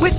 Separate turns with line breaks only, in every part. With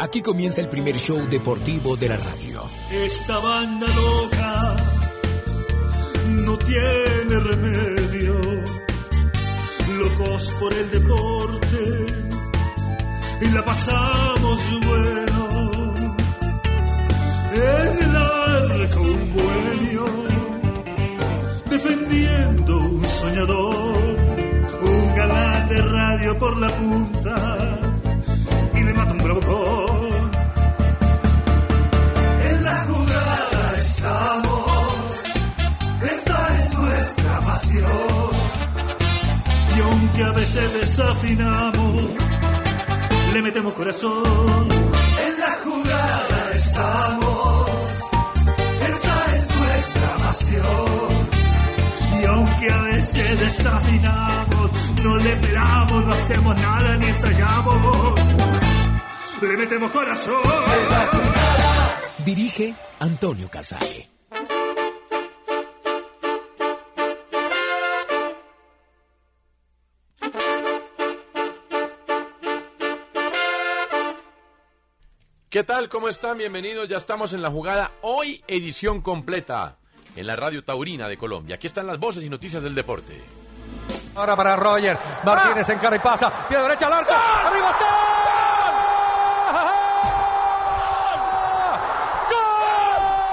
Aquí comienza el primer show deportivo de la radio.
Esta banda loca no tiene remedio. Locos por el deporte y la pasamos bueno. En el arco un bohemio defendiendo un soñador, un galán de radio por la punta y le mata un bravo gol. En la jugada estamos, esta es nuestra pasión. Y aunque a veces desafinamos, le metemos corazón. En la jugada estamos, esta es nuestra pasión. Y aunque a veces desafinamos, no le esperamos, no hacemos nada ni ensayamos. Le metemos corazón.
Dirige Antonio Casale.
¿Qué tal? ¿Cómo están? Bienvenidos. Ya estamos en la jugada hoy, edición completa, en la Radio Taurina de Colombia. Aquí están las voces y noticias del deporte.
Ahora para Roger. Martínez
Ah.
en encara y pasa. Pie derecha al arco.
¡Ah!
¡Arriba está!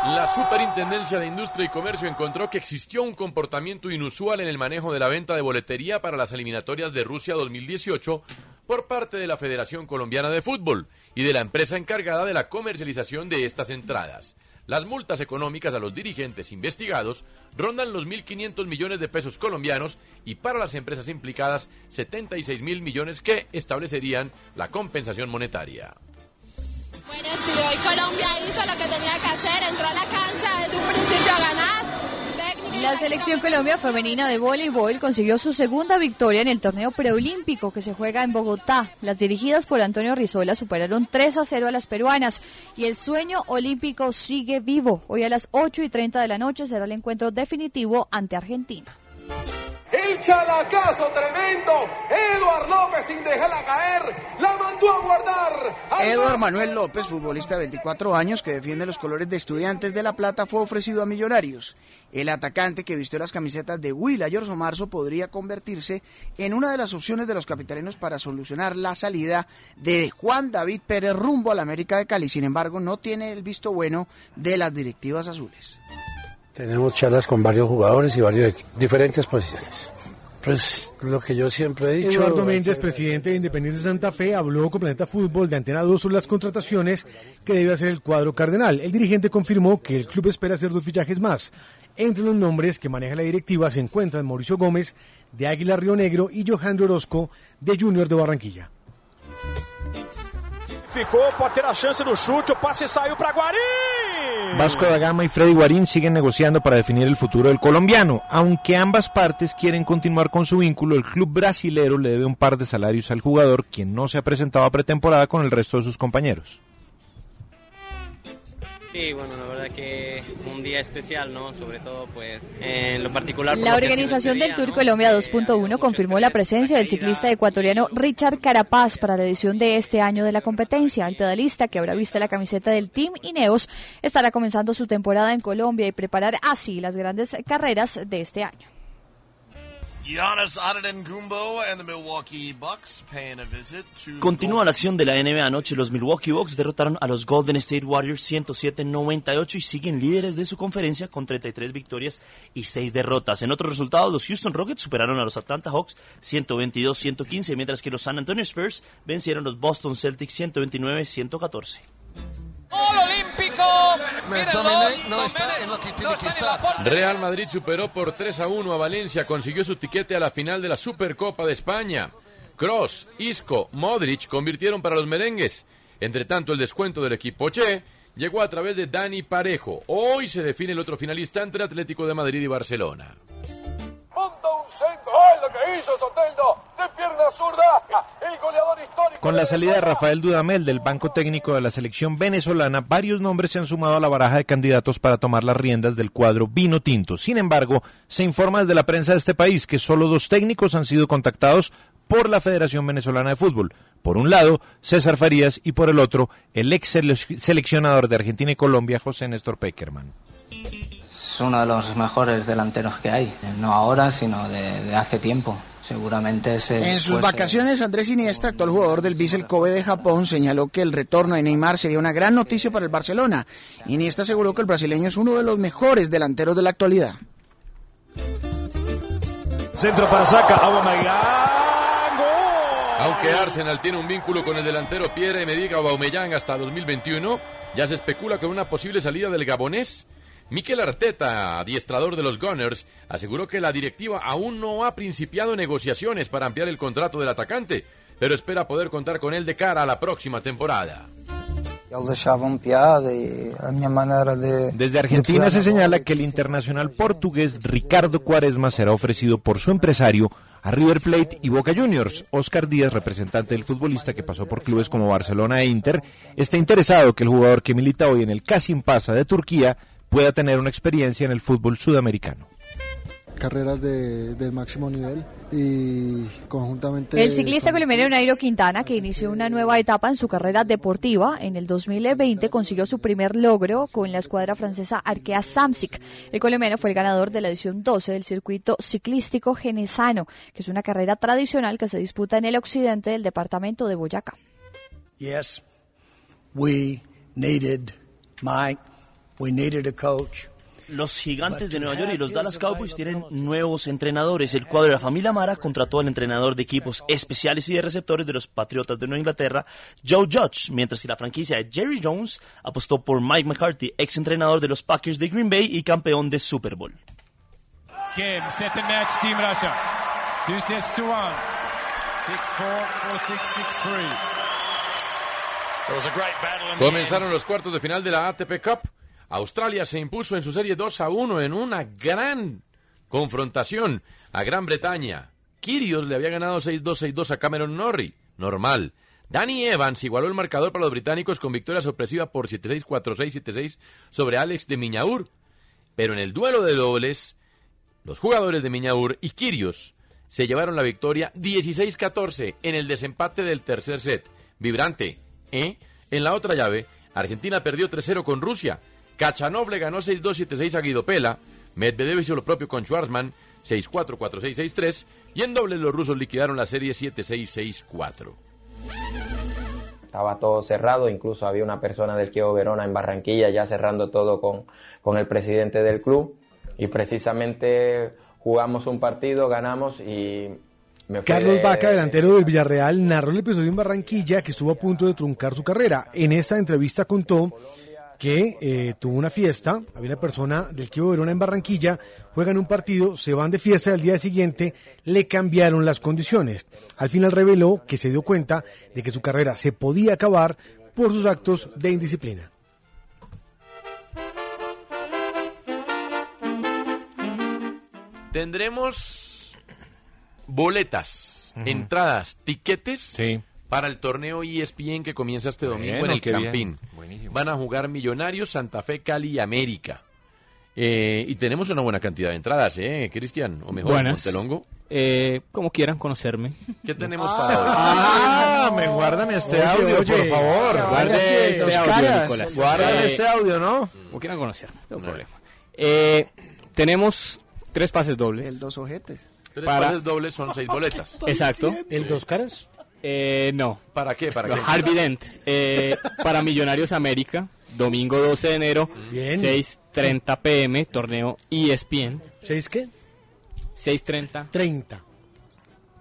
La Superintendencia de Industria y Comercio encontró que existió un comportamiento inusual en el manejo de la venta de boletería para las eliminatorias de Rusia 2018 por parte de la Federación Colombiana de Fútbol y de la empresa encargada de la comercialización de estas entradas. Las multas económicas a los dirigentes investigados rondan los 1.500 millones de pesos colombianos y para las empresas implicadas 76.000 millones que establecerían la compensación monetaria.
Bueno, sí, hoy Colombia hizo lo que tenía que hacer, entró a la cancha desde un principio a ganar.
La selección Colombia femenina de voleibol consiguió su segunda victoria en el torneo preolímpico que se juega en Bogotá. Las dirigidas por Antonio Rizola superaron 3 a 0 a las peruanas y el sueño olímpico sigue vivo. Hoy a las 8 y 30 de la noche será el encuentro definitivo ante Argentina.
El chalacazo tremendo. Eduard López sin dejarla caer. La mandó a guardar.
Eduardo Manuel López, futbolista de 24 años que defiende los colores de Estudiantes de La Plata, fue ofrecido a Millonarios. El atacante que vistió las camisetas de Will ayer marzo podría convertirse en una de las opciones de los capitalinos para solucionar la salida de Juan David Pérez rumbo a la América de Cali. Sin embargo, no tiene el visto bueno de las directivas azules.
Tenemos charlas con varios jugadores y varios equi- diferentes posiciones. Pues lo que yo siempre he dicho.
Eduardo Méndez, presidente de Independiente Santa Fe, habló con Planeta Fútbol de Antena 2 sobre las contrataciones que debe hacer el cuadro cardenal. El dirigente confirmó que el club espera hacer dos fichajes más. Entre los nombres que maneja la directiva se encuentran Mauricio Gómez de Águila Río Negro y Johandro Orozco de Junior de Barranquilla.
Ficou, pode ter a chance do chute, o passe saiu para Guarim!
Vasco da Gama y Freddy Guarín siguen negociando para definir el futuro del colombiano. Aunque ambas partes quieren continuar con su vínculo, el club brasilero le debe un par de salarios al jugador, quien no se ha presentado a pretemporada con el resto de sus compañeros.
Sí, bueno, la verdad que un día especial, ¿no? Sobre todo, pues, en lo particular. por
La
lo que se
organización del
refería,
Tour
¿no? Eh,
Colombia 2.1 confirmó la presencia del ciclista ecuatoriano Richard Carapaz para la edición de este año de la competencia. El pedalista, que ahora viste la camiseta del Team Ineos, estará comenzando su temporada en Colombia y preparar así las grandes carreras de este año.
Giannis Antetokounmpo and the Milwaukee Bucks paying a visit to
Continúa la acción de la NBA anoche. Los Milwaukee Bucks derrotaron a los Golden State Warriors 107-98 y siguen líderes de su conferencia con 33 victorias y 6 derrotas. En otros resultados, los Houston Rockets superaron a los Atlanta Hawks 122-115, mientras que los San Antonio Spurs vencieron a los Boston Celtics 129-114.
¡Gol olímpico! Vienen dos, no está en no está en el vapor.
Real Madrid superó por 3 a 1 a Valencia, consiguió su tiquete a la final de la Supercopa de España. Cross, Isco, Modric convirtieron para los merengues. Entre tanto, el descuento del equipo Che llegó a través de Dani Parejo. Hoy se define el otro finalista entre Atlético de Madrid y Barcelona.
Monta un centro. ¡Ay, lo que hizo Soteldo! De pierna zurda. El goleador histórico.
Con la salida de Rafael Dudamel del banco técnico de la selección venezolana, varios nombres se han sumado a la baraja de candidatos para tomar las riendas del cuadro vino tinto. Sin embargo, se informa desde la prensa de este país que solo dos técnicos han sido contactados por la Federación Venezolana de Fútbol. Por un lado, César Farías y por el otro, el ex sele- seleccionador de Argentina y Colombia, José Néstor Peckerman.
es uno de los mejores delanteros que hay, no ahora, sino de, de hace tiempo. Seguramente
Eh,
ese.
En sus
fuese-
vacaciones, Andrés Iniesta, actual jugador del Vissel Kobe de Japón, señaló que el retorno de Neymar sería una gran noticia para el Barcelona. Iniesta aseguró que el brasileño es uno de los mejores delanteros de la actualidad.
Centro para Saca, Aubameyang.
Aunque Arsenal tiene un vínculo con el delantero Pierre Emerick Aubameyang hasta 2021, ya se especula con una posible salida del gabonés. Mikel Arteta, adiestrador de los Gunners, aseguró que la directiva aún no ha principiado negociaciones para ampliar el contrato del atacante, pero espera poder contar con él de cara a la próxima temporada.
Eles achavam piada e a minha maneira de.
Desde Argentina se señala que el internacional portugués Ricardo Cuaresma será ofrecido por su empresario a River Plate y Boca Juniors. Oscar Díaz, representante del futbolista que pasó por clubes como Barcelona e Inter, está interesado que el jugador que milita hoy en el Casim Pasa de Turquía pueda tener una experiencia en el fútbol sudamericano.
carreras de- del máximo nivel y conjuntamente...
El ciclista colombiano Nairo Quintana, que inició una nueva etapa en su carrera deportiva, en el 2020 consiguió su primer logro con la escuadra francesa Arkea Samsic. El colombiano fue el ganador de la edición 12 del circuito ciclístico genesano, que es una carrera tradicional que se disputa en el occidente del departamento de Boyacá.
Yes, we needed Mike. We needed a coach.
Los gigantes de Nueva York y los Dallas Cowboys tienen
Nuevos entrenadores. El cuadro de la familia Mara contrató al entrenador de equipos especiales y de receptores de los Patriotas de Nueva Inglaterra, Joe Judge, mientras que la franquicia de Jerry Jones apostó por Mike McCarthy, ex entrenador de los Packers de Green Bay y campeón de Super Bowl.
Game, set and match, Team Russia. Two sets to one. Six four four six six three. There was a great battle in the
Comenzaron los cuartos de final de la ATP Cup. Australia se impuso en su serie 2 a 1 en una gran confrontación a Gran Bretaña. Kyrgios le había ganado 6-2, 6-2 a Cameron Norrie. Normal. Danny Evans igualó el marcador para los británicos con victoria sorpresiva por 7-6, 4-6, 7-6 sobre Alex de Miñaur. Pero en el duelo de dobles, los jugadores de Miñaur y Kirios se llevaron la victoria 16-14 en el desempate del tercer set. Vibrante, ¿eh? En la otra llave, Argentina perdió 3-0 con Rusia. Kachanov le ganó 6-2, 7-6 a Guidopela. Medvedev hizo lo propio con Schwarzman, 6-4, 4-6, 6-3. Y en doble los rusos liquidaron la serie 7-6, 6-4.
Estaba todo cerrado, incluso había una persona del Kievo Verona en Barranquilla ya cerrando todo con, con el presidente del club. Y precisamente jugamos un partido, ganamos y me fui
Carlos
de-
Vaca, delantero del Villarreal, narró el episodio en Barranquilla que estuvo a punto de truncar su carrera. En esta entrevista contó que eh, tuvo una fiesta, había una persona del Kievo Verona en Barranquilla, juegan un partido, se van de fiesta y al día siguiente, le cambiaron las condiciones. Al final reveló que se dio cuenta de que su carrera se podía acabar por sus actos de indisciplina.
Tendremos boletas, entradas, tiquetes para el torneo E ESPN que comienza este domingo
Bueno,
en el
qué bien.
Campín.
Buenísimo.
Van a jugar Millonarios, Santa Fe, Cali y América. Eh, y tenemos una buena cantidad de entradas, ¿eh, Cristian? O mejor,
Buenas.
Montelongo.
Eh, como quieran conocerme.
¿Qué tenemos
Ah,
para hoy?
Ah, me guardan este
Oye,
audio,
oye.
por favor.
Guarda
Guarden
que
este
dos
audio,
caras.
Nicolás.
Eh,
Guarden este audio, ¿no?
Como quieran conocerme, no hay problema. Eh, tenemos tres pases dobles.
El dos ojetes.
Tres
para-
pases dobles son seis boletas.
Exacto.
¿El dos
caras? Eh, no.
¿Para qué? ¿Para qué?
Harvey Dent. Eh, para Millonarios América, domingo 12 de enero,
Bien.
6.30 pm, torneo ESPN.
¿Seis qué?
6.30.
30.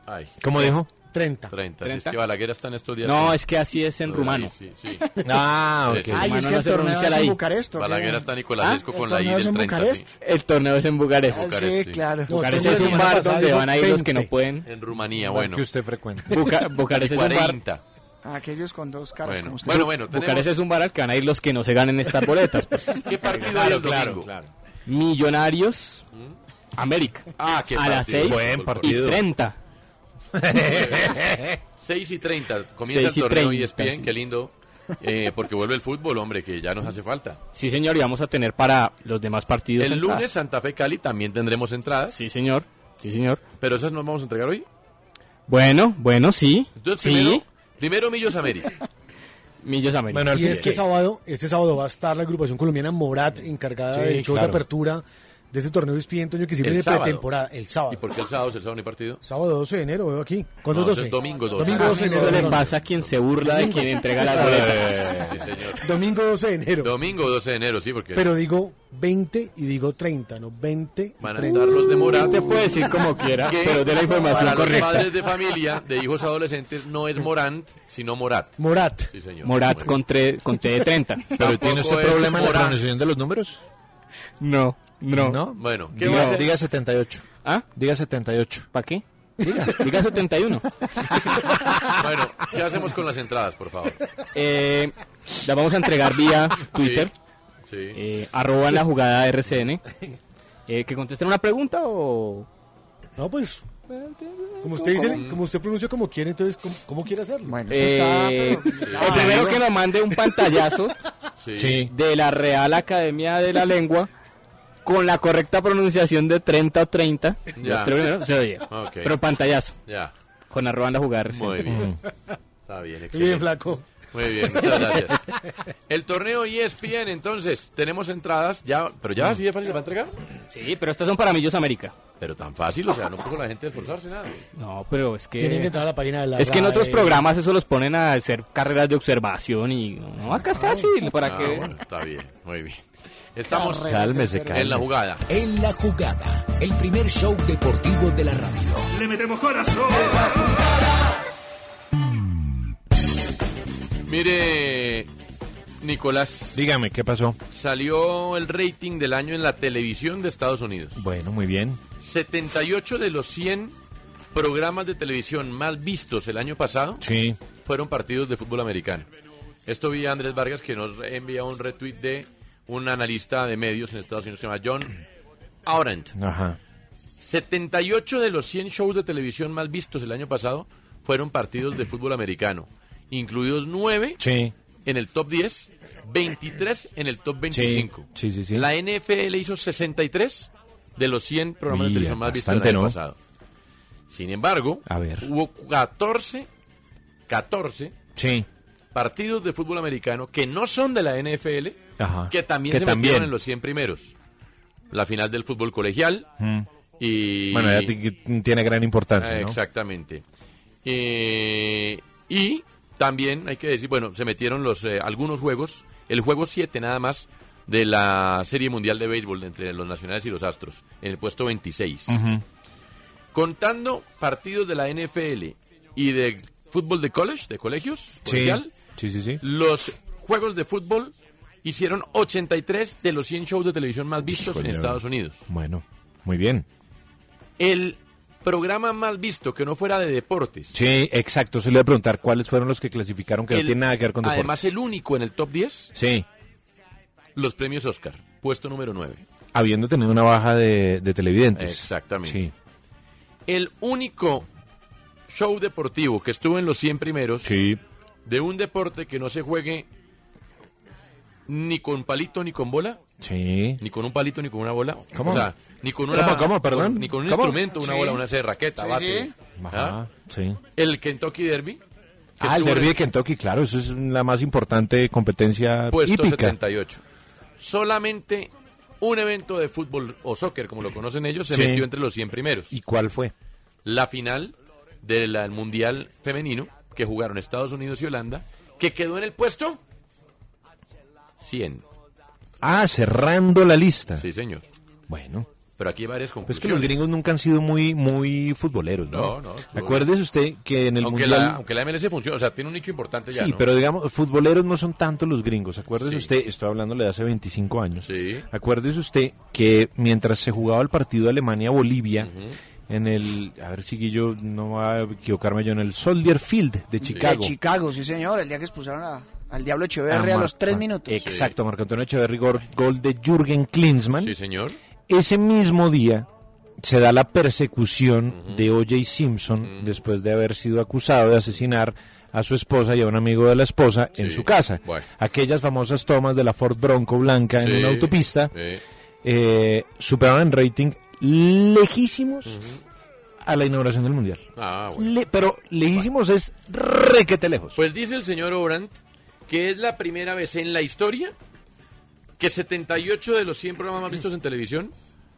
Ay.
¿Cómo dijo?
30. 30. Si es
30.
que Balaguer está en estos días.
No,
en-
es que así es en
Ay,
rumano.
sí, sí.
Ah,
Sí,
ok.
sí.
Ay, es Rumano que el no se torneo pronuncia es la en I. Bucarest, ¿o qué?
Balaguer está Nicolás
¿Ah?
con
¿El
la I
torneo es
del
en
30.
Bucarest? El torneo es en Bucarest.
Bucarest, sí.
Bucarest es un bar donde van a ir los que no pueden.
En Rumanía, bueno.
que usted frecuenta.
Buca- Bucarest es un bar.
40.
Aquellos con dos caras como usted.
Bucarest es un bar al que van a ir los que no se ganen estas boletas. pues.
¿Qué partido
Claro,
hay el
claro,
domingo?
¿Mm? Millonarios América.
Ah, qué
a las
partido.
6
Buen
y
partido.
30.
6 y 30. Comienza
Seis y
el torneo y
treinta,
ESPN,
sí.
qué lindo. Eh, porque vuelve el fútbol, hombre, que ya nos hace falta.
Sí, señor, y vamos a tener para los demás partidos.
El
entradas.
lunes Santa Fe Cali también tendremos entradas.
Sí, señor. Sí, señor.
Pero esas nos vamos a entregar hoy.
Bueno, bueno, sí.
Entonces,
sí.
primero, primero Millos América.
Millos América.
Bueno, y este sábado, este sábado va a estar la agrupación colombiana Morat encargada
Sí,
del show
claro.
de apertura de este torneo ESPN, Antonio, que sirve
El
de
sábado.
pretemporada. El sábado.
¿Y por qué el sábado? Si ¿El sábado no hay partido?
Sábado 12 de enero, veo aquí. ¿Cuándo
No,
es
eso
12?
es domingo 12.
Domingo 12 de
Eso le
enero.
pasa a quien se burla de quien entrega las boletas.
Sí, señor.
Domingo 12 de enero.
Domingo 12 de enero, sí, porque
Pero digo 20 y digo 30, no 20
van a estar los de Morat.
Usted puede decir como quiera,
Que
pero dé la información
para
correcta.
Los padres de familia, de hijos adolescentes, no es Morant, sino Morat.
Morat.
Sí, señor.
Morat con, tre- con T de 30.
Pero tiene usted Tampoco es problema en la Morán.
pronunciación de los números?
No, no.
¿No?
Bueno, ¿qué va a
diga,
hacer?
diga 78.
¿Ah?
Diga 78.
¿Para qué? Diga, diga 71.
Bueno, ¿qué hacemos con las entradas, por favor?
Eh, la vamos a entregar vía Twitter.
Sí.
Eh, arroba la jugada RCN. Eh, que contesten una pregunta o.
No, pues. Como usted dice,
¿Cómo?
como usted pronuncia como quiere, entonces, ¿cómo, cómo quiere hacerlo? Bueno,
Eh, el primero que nos mande un pantallazo
Ah, Sí.
de la Real Academia de la Lengua con la correcta pronunciación de 30 o 30.
Ya.
Los tres primeros se oye.
Ok.
Pero pantallazo.
Ya.
Con arroba la jugada RCN.
Muy bien.
Mm.
Está bien, excelente.
Bien, flaco.
Muy bien, muchas gracias. El torneo E ESPN, entonces, tenemos entradas ya, pero ya así de fácil va a entregar.
Sí, pero estas son para Millos América.
Pero tan fácil, o sea, no puso la gente a esforzarse nada.
No, pero es que.
Tienen que entrar a la página de la
Es que en otros
RAE.
programas eso los ponen a hacer carreras de observación y. No, acá es fácil. ¿Para
Ah,
qué?
bueno, está bien, muy bien. Estamos
Cálmese,
en la
cálmese.
jugada.
En la jugada, el primer show deportivo de la radio.
Le metemos corazón.
Mire, Nicolás,
Dígame, ¿qué pasó?
salió el rating del año en la televisión de Estados Unidos.
Bueno, muy bien.
78 de los 100 programas de televisión más vistos el año pasado
Sí.
fueron partidos de fútbol americano. Esto vi a Andrés Vargas que nos envía un retweet de un analista de medios en Estados Unidos que se llama John Arendt.
Ajá.
78 de los 100 shows de televisión más vistos el año pasado fueron partidos de fútbol americano, incluidos 9
Sí.
en el top 10, 23 en el top 25.
Sí, sí, sí.
La NFL hizo 63 de los 100 programas de
Mira,
televisión más vistos del
bastante,
año
¿no?
pasado. Sin embargo,
A ver.
hubo 14, 14
Sí.
partidos de fútbol americano que no son de la NFL,
Ajá.
que también
Ah, Que
se
también.
metieron en los 100 primeros. La final del fútbol colegial
Mm.
y...
Bueno, ya ti- tiene gran importancia,
Ah,
¿no?
Exactamente. Eh, y también hay que decir, bueno, se metieron los eh, algunos juegos, el juego 7 nada más de la Serie Mundial de Béisbol entre los Nacionales y los Astros, en el puesto 26.
Ujú.
Contando partidos de la NFL y de fútbol de college, de colegios,
Sí.
colegial,
Sí, sí, sí.
los juegos de fútbol hicieron 83 de los 100 shows de televisión más vistos en
Híjole.
Estados Unidos.
Bueno, muy bien.
El programa más visto que no fuera de deportes
Sí, exacto. Se le iba a preguntar cuáles fueron los que clasificaron que
El-
no tiene nada que ver con deportes.
Además, el único en el top 10,
Sí.
los premios Oscar, puesto número 9.
Habiendo tenido una baja de, de televidentes.
Exactamente.
Sí.
El único show deportivo que estuvo en los 100 primeros de un deporte que no se juegue ni con palito ni con bola,
Sí.
ni con un palito ni con una bola.
¿Cómo?
O sea, ni con
¿Cómo,
una
cómo, perdón?
con- ni con un
¿Cómo?
instrumento, una
Sí.
bola, una serie de raqueta,
Sí,
bate.
sí.
¿Ah?
Ajá, sí.
El Kentucky Derby. que
Ah, el
estuvo en
derby de Kentucky, claro, eso es la más importante competencia
Puesto
hípica.
78. Solamente un evento de fútbol o soccer, como lo conocen ellos, se
Sí.
metió entre los 100 primeros.
¿Y cuál fue?
La final del Mundial Femenino que jugaron Estados Unidos y Holanda, que quedó en el puesto 100.
Ah, cerrando la lista.
Sí, señor.
Bueno.
Pero aquí hay varias
Pues
conclusiones.
que los gringos nunca han sido muy, muy futboleros, ¿no?
No, no, fútbol.
Acuérdese usted que en el
aunque,
Mundial...
la, aunque la MLS funciona, o sea, tiene un nicho importante ya.
Sí,
¿no?
pero digamos, futboleros no son tanto los gringos. Acuérdese
Sí.
usted, estoy hablando de hace 25 años.
Sí.
Acuérdese usted que mientras se jugaba el partido Alemania-Bolivia,
Ujú.
en el, a ver si yo no voy a equivocarme yo, en el Soldier Field de Chicago.
De Chicago, sí señor, el día que expulsaron a- al Diablo Echeverry a,
Mar-
los
Ah,
tres minutos.
Exacto, Marco Antonio Echeverry, gol, gol de Jürgen Klinsmann.
Sí, señor.
Ese mismo día se da la persecución de O.J. Simpson después de haber sido acusado de asesinar a su esposa y a un amigo de la esposa en
Sí,
su casa.
bueno.
Aquellas famosas tomas de la Ford Bronco blanca en
Sí,
una autopista
sí.
eh, superaron en rating lejísimos a la inauguración del Mundial.
Ah, bueno.
Le- pero lejísimos es requete lejos.
Pues dice el señor Obrant que es la primera vez en la historia que 78 de los 100 programas más vistos en televisión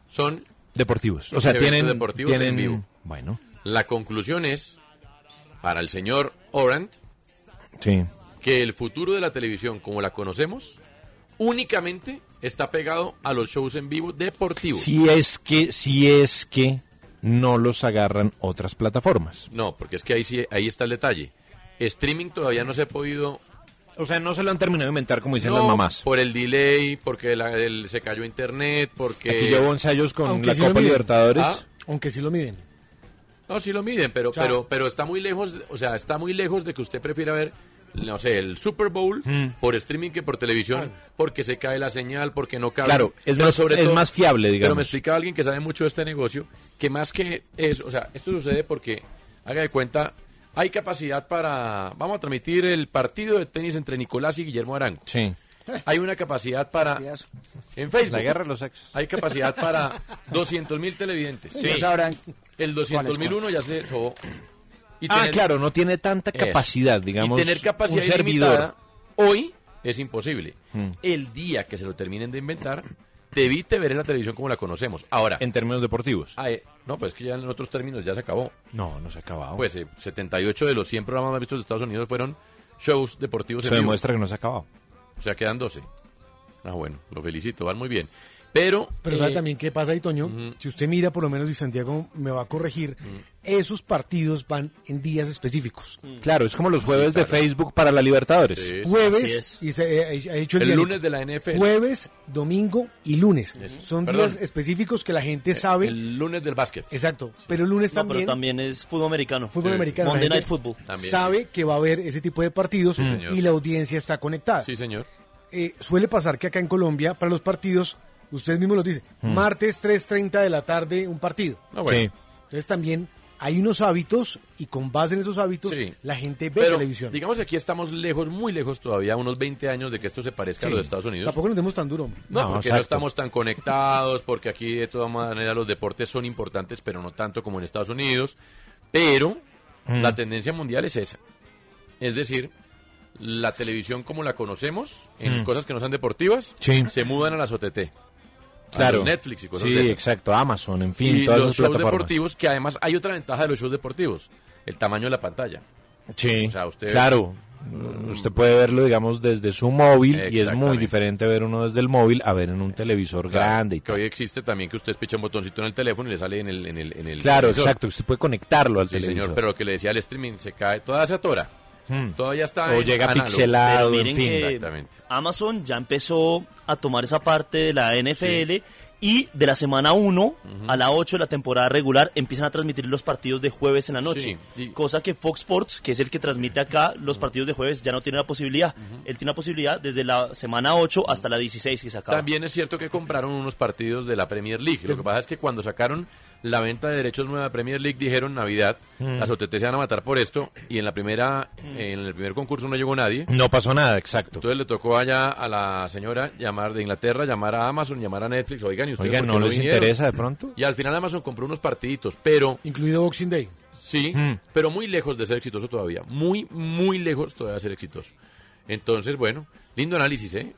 son
Deportivos. O sea,
eventos
tienen...
deportivos
tienen
en vivo.
Bueno,
La conclusión es, para el señor Obrant,
sí.
que el futuro de la televisión como la conocemos únicamente está pegado a los shows en vivo deportivos.
Si es que, si es que no los agarran otras plataformas.
No, porque es que ahí sí, ahí está el detalle. Streaming todavía no se ha podido
O sea, no se lo han terminado de inventar como dicen
no,
las mamás.
por el delay, porque la- el- se cayó internet, porque
Aquí llevo ensayos con
Aunque
la
sí lo
Copa
miden.
Libertadores.
Ah.
Aunque sí lo miden.
No, sí lo miden, pero, pero, pero está muy lejos, o sea, está muy lejos de que usted prefiera ver, no sé, el Super Bowl
Hmm.
por streaming que por televisión, porque se cae la señal, porque no cabe.
Claro, es
Pero
más- es más fiable,
Pero
digamos.
me explicaba alguien que sabe mucho de este negocio, que más que eso, o sea, esto sucede porque, haga de cuenta, hay capacidad para, vamos a transmitir el partido de tenis entre Nicolás y Guillermo Arango.
Sí.
Hay una capacidad para, en Facebook.
La guerra de los sexos.
Hay capacidad para 200.000 televidentes.
Ya sabrán
El 200.001 ya se sobó. Y
Ah,
tener-
claro, no tiene tanta
Eso.
capacidad, digamos.
Y tener capacidad
un servidor.
ilimitada hoy es imposible.
Mm.
El día que se lo terminen de inventar, te evite ver en la televisión como la conocemos. Ahora.
En términos deportivos.
Ah, eh, no, pues que ya en otros términos ya se acabó.
No, no se ha acabado.
Pues eh, 78 de los 100 programas más vistos de Estados Unidos fueron shows deportivos
se
en vivo.
demuestra que no se ha acabado.
O sea, quedan 12. Ah, bueno, lo felicito, van muy bien. Pero,
Pero ¿sabe
eh,
también qué pasa ahí, Toño? Si usted mira, por lo menos, y Santiago me va a corregir, esos partidos van en días específicos.
Claro, es como los jueves de Facebook para la Libertadores.
Sí,
Jueves, y se, eh, ha hecho el,
El
diario.
lunes de la NFL.
Jueves, domingo y lunes.
Eso.
Son
Perdón.
días específicos que la gente sabe.
Eh, el lunes del básquet.
Exacto. Pero el lunes
No,
también,
pero también es fútbol americano.
fútbol
Eh,
americano. la
Monday
gente
Night Football.
Sabe que va a haber ese tipo de partidos
Sí, señor.
y la audiencia está conectada.
Sí, señor.
eh, suele pasar que acá en Colombia, para los partidos, usted mismo los dice,
Mm.
martes 3.30 de la tarde un partido.
Ah, bueno. Sí.
Entonces también hay unos hábitos y con base en esos hábitos
Sí.
la gente ve
Pero,
televisión.
Digamos que aquí estamos lejos, muy lejos todavía, unos 20 años de que esto se parezca a lo de Estados Unidos.
Tampoco nos demos tan duro. hombre.
No,
No,
porque no
exacto.
estamos tan conectados, porque aquí de todas maneras los deportes son importantes, pero no tanto como en Estados Unidos. Pero
Mm.
la tendencia mundial es esa. Es decir, la televisión como la conocemos, en
Mm.
cosas que no sean deportivas,
Sí.
se mudan a las OTT. a
Claro.
los Netflix y cosas
Sí,
de esas.
exacto. Amazon, en fin,
Y
todas
los
esas
shows
plataformas.
deportivos, que además hay otra ventaja de los shows deportivos, el tamaño de la pantalla.
Sí,
O sea, usted- Mm.
claro. Usted puede verlo, digamos, desde su móvil y es muy
Exactamente.
diferente ver uno desde el móvil a ver en un televisor
Claro,
grande. y
Que hoy existe también que usted picha un botoncito en el teléfono y le sale en el. En el, en el
Claro,
televisor.
exacto. Usted puede conectarlo al
Sí,
televisor.
señor, pero lo que le decía el streaming se cae, toda se atora.
Hmm.
Todavía está.
O
en
llega
análogo.
pixelado,
Pero
en
miren
fin.
que-
Exactamente.
Amazon ya empezó a tomar esa parte de la NFL y de la semana 1 a la 8 de la temporada regular empiezan a transmitir los partidos de jueves en la noche.
Sí, y-
Cosa que Fox Sports, que es el que transmite acá los partidos de jueves, ya no tiene la posibilidad. Él tiene la posibilidad desde la semana 8 hasta la 16 que se acaba.
También es cierto que compraron unos partidos de la Premier League. Lo que pasa es que cuando sacaron la venta de derechos nueva de Premier League dijeron Navidad,
Hmm.
las OTT se van a matar por esto y en la primera,
Hmm.
en el primer concurso no llegó nadie.
No pasó nada, exacto.
Entonces le tocó allá a la señora llamar de Inglaterra, llamar a Amazon, llamar a Netflix. Oigan, ¿y ustedes
Oiga,
por qué
¿no les
vinieron?
interesa de pronto?
Y al final Amazon compró unos partiditos, pero
Incluido Boxing Day.
Sí,
Mm.
pero muy lejos de ser exitoso todavía. Muy, muy lejos todavía de ser exitoso. Entonces, bueno, lindo análisis, ¿eh?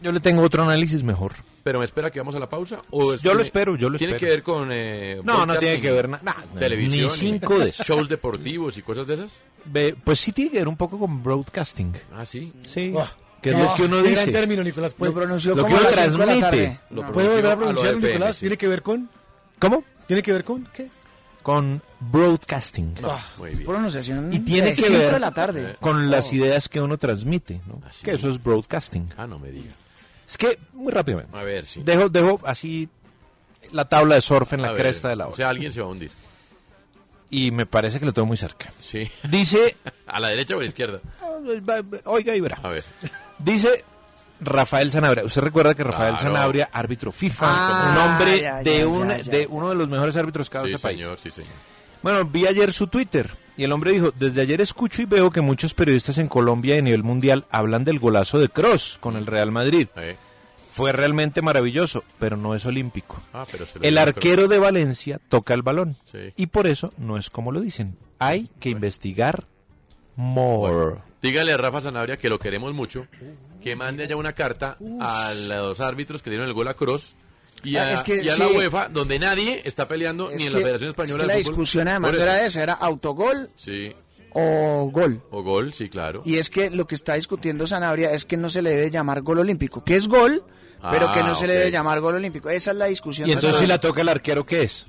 Yo le tengo otro análisis mejor.
pero me espera que vamos a la pausa. ¿O es-
Yo lo
tiene-
espero, yo lo
¿Tiene
espero.
que ver con... eh,
No, no
broadcasting,
tiene que ver na- nada,
Televisión.
ni cinco de eso.
Shows deportivos y cosas de esas.
Ve, Pues sí tiene que ver un poco con broadcasting.
Ah, sí.
Sí.
Ah,
que es
no,
lo que uno
gran
dice.
término, Nicolás. pues,
Lo pronunció
Lo
como
que
a
uno
las cinco de la
transmite.
tarde.
Lo
¿Puede volver a
pronunció a lo de
pronunciar,
FM,
Nicolás?
sí.
¿Tiene que ver con?
¿Cómo?
¿Tiene que ver con qué?
Con broadcasting.
Ah, muy bien.
Pronunciación
Y tiene
de
que
cinco
ver Eh,
de la tarde.
Oh.
con las ideas que uno transmite, ¿no? que eso es broadcasting.
Ah, no me diga.
Es que, muy rápidamente.
A ver, sí.
Dejo, dejo así la tabla de surf en la
A ver,
cresta de la
O
ola.
sea, alguien se va a hundir.
Y me parece que lo tengo muy cerca.
Sí.
Dice
¿A la derecha o a la izquierda?
Oiga y verá.
A ver.
Dice Rafael Sanabria. Usted recuerda que Rafael
Claro.
Sanabria, árbitro FIFA,
Ah,
un hombre
ya,
de,
ya,
un-
ya, ya,
de uno de los mejores árbitros que ha dado
Sí,
ese país.
señor, sí, señor.
Bueno, vi ayer su Twitter y el hombre dijo, desde ayer escucho y veo que muchos periodistas en Colombia y a nivel mundial hablan del golazo de Cross con el Real Madrid. Fue realmente maravilloso, pero no es olímpico.
Ah, pero se lo
El
dio,
arquero de Valencia toca el balón
Sí.
y por eso no es como lo dicen. Hay que investigar more.
pero- Dígale a Rafa Sanabria que lo queremos mucho, que mande allá una carta a los árbitros que dieron el gol a Cross. Y a,
Ah, es que
y a la
sí.
UEFA, donde nadie está peleando,
Es
ni en la
que-
Federación
es
Española
que
de
la
Fútbol,
discusión además
por
no era
eso.
esa, era autogol
Sí,
o gol.
o gol, sí, claro.
Y es que lo que está discutiendo Sanabria es que no se le debe llamar gol olímpico, que es gol, pero que
Ah,
no se le
ok.
debe llamar gol olímpico. Esa es la discusión.
Y entonces si la
nacional.
toca el arquero, ¿qué es?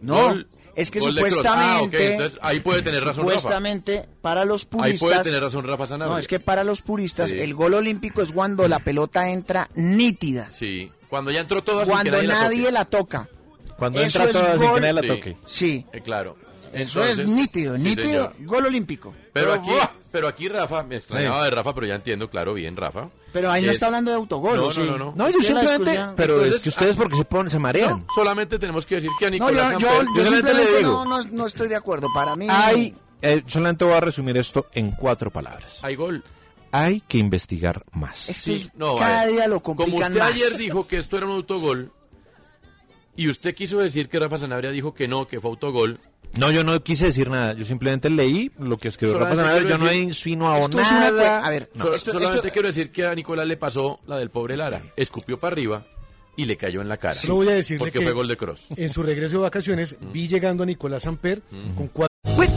No,
Gol-
es que
gol de Kroos. Ah, ok,
supuestamente-
entonces ahí puede tener razón Rafa.
Supuestamente, para los
Ahí
puristas...
puede tener razón Rafa Sanabria.
No, es que para los puristas
Sí.
el gol olímpico es cuando la pelota entra nítida,
Sí, cuando ya entró todas sin que
cuando
la toque.
nadie la toca.
Cuando
Eso
entra
es
toda sin que
gol.
nadie la
Sí.
toque.
Sí.
Eh, claro.
Eso
Entonces-
es nítido,
Sí,
nítido,
señor.
gol olímpico.
Pero aquí, pero aquí Rafa, me extrañaba de Rafa, pero ya entiendo, claro, bien, Rafa.
Pero ahí no
Es-
está hablando de autogol.
No,
¿o sí?
no, no, no.
Eh, No, yo
Es que la
simplemente...
discusión-
Pero
Entonces,
es que ustedes porque se ponen, se marean.
No, solamente tenemos que decir que a
No,
Nicolás
yo, yo-
Samper-
yo
solamente le
simplemente
digo.
no, no, no estoy de acuerdo. Para mí,
Hay, eh, solamente voy a resumir esto en cuatro palabras.
hay gol.
Hay que investigar más.
esto
Sí,
es-
no, a
cada
ver.
día lo
Como
complican
usted
más.
ayer dijo que esto era un autogol y usted quiso decir que Rafa Sanabria dijo que no, que fue autogol.
No, yo no quise decir nada. Yo simplemente leí lo que escribió Rafa
Solamente
Sanabria. Yo
quiero
no he
decir-
insinuado
Esto es una
nada.
cue- a ver,
No.
Sol-
esto-
solamente
esto-
quiero decir que a Nicolás le pasó la del pobre Lara. Escupió para arriba y le cayó en la cara.
Solo voy a decirle
Porque
que-
fue gol de Mm. cross.
En su regreso de vacaciones vi llegando a Nicolás Samper con cuatro
With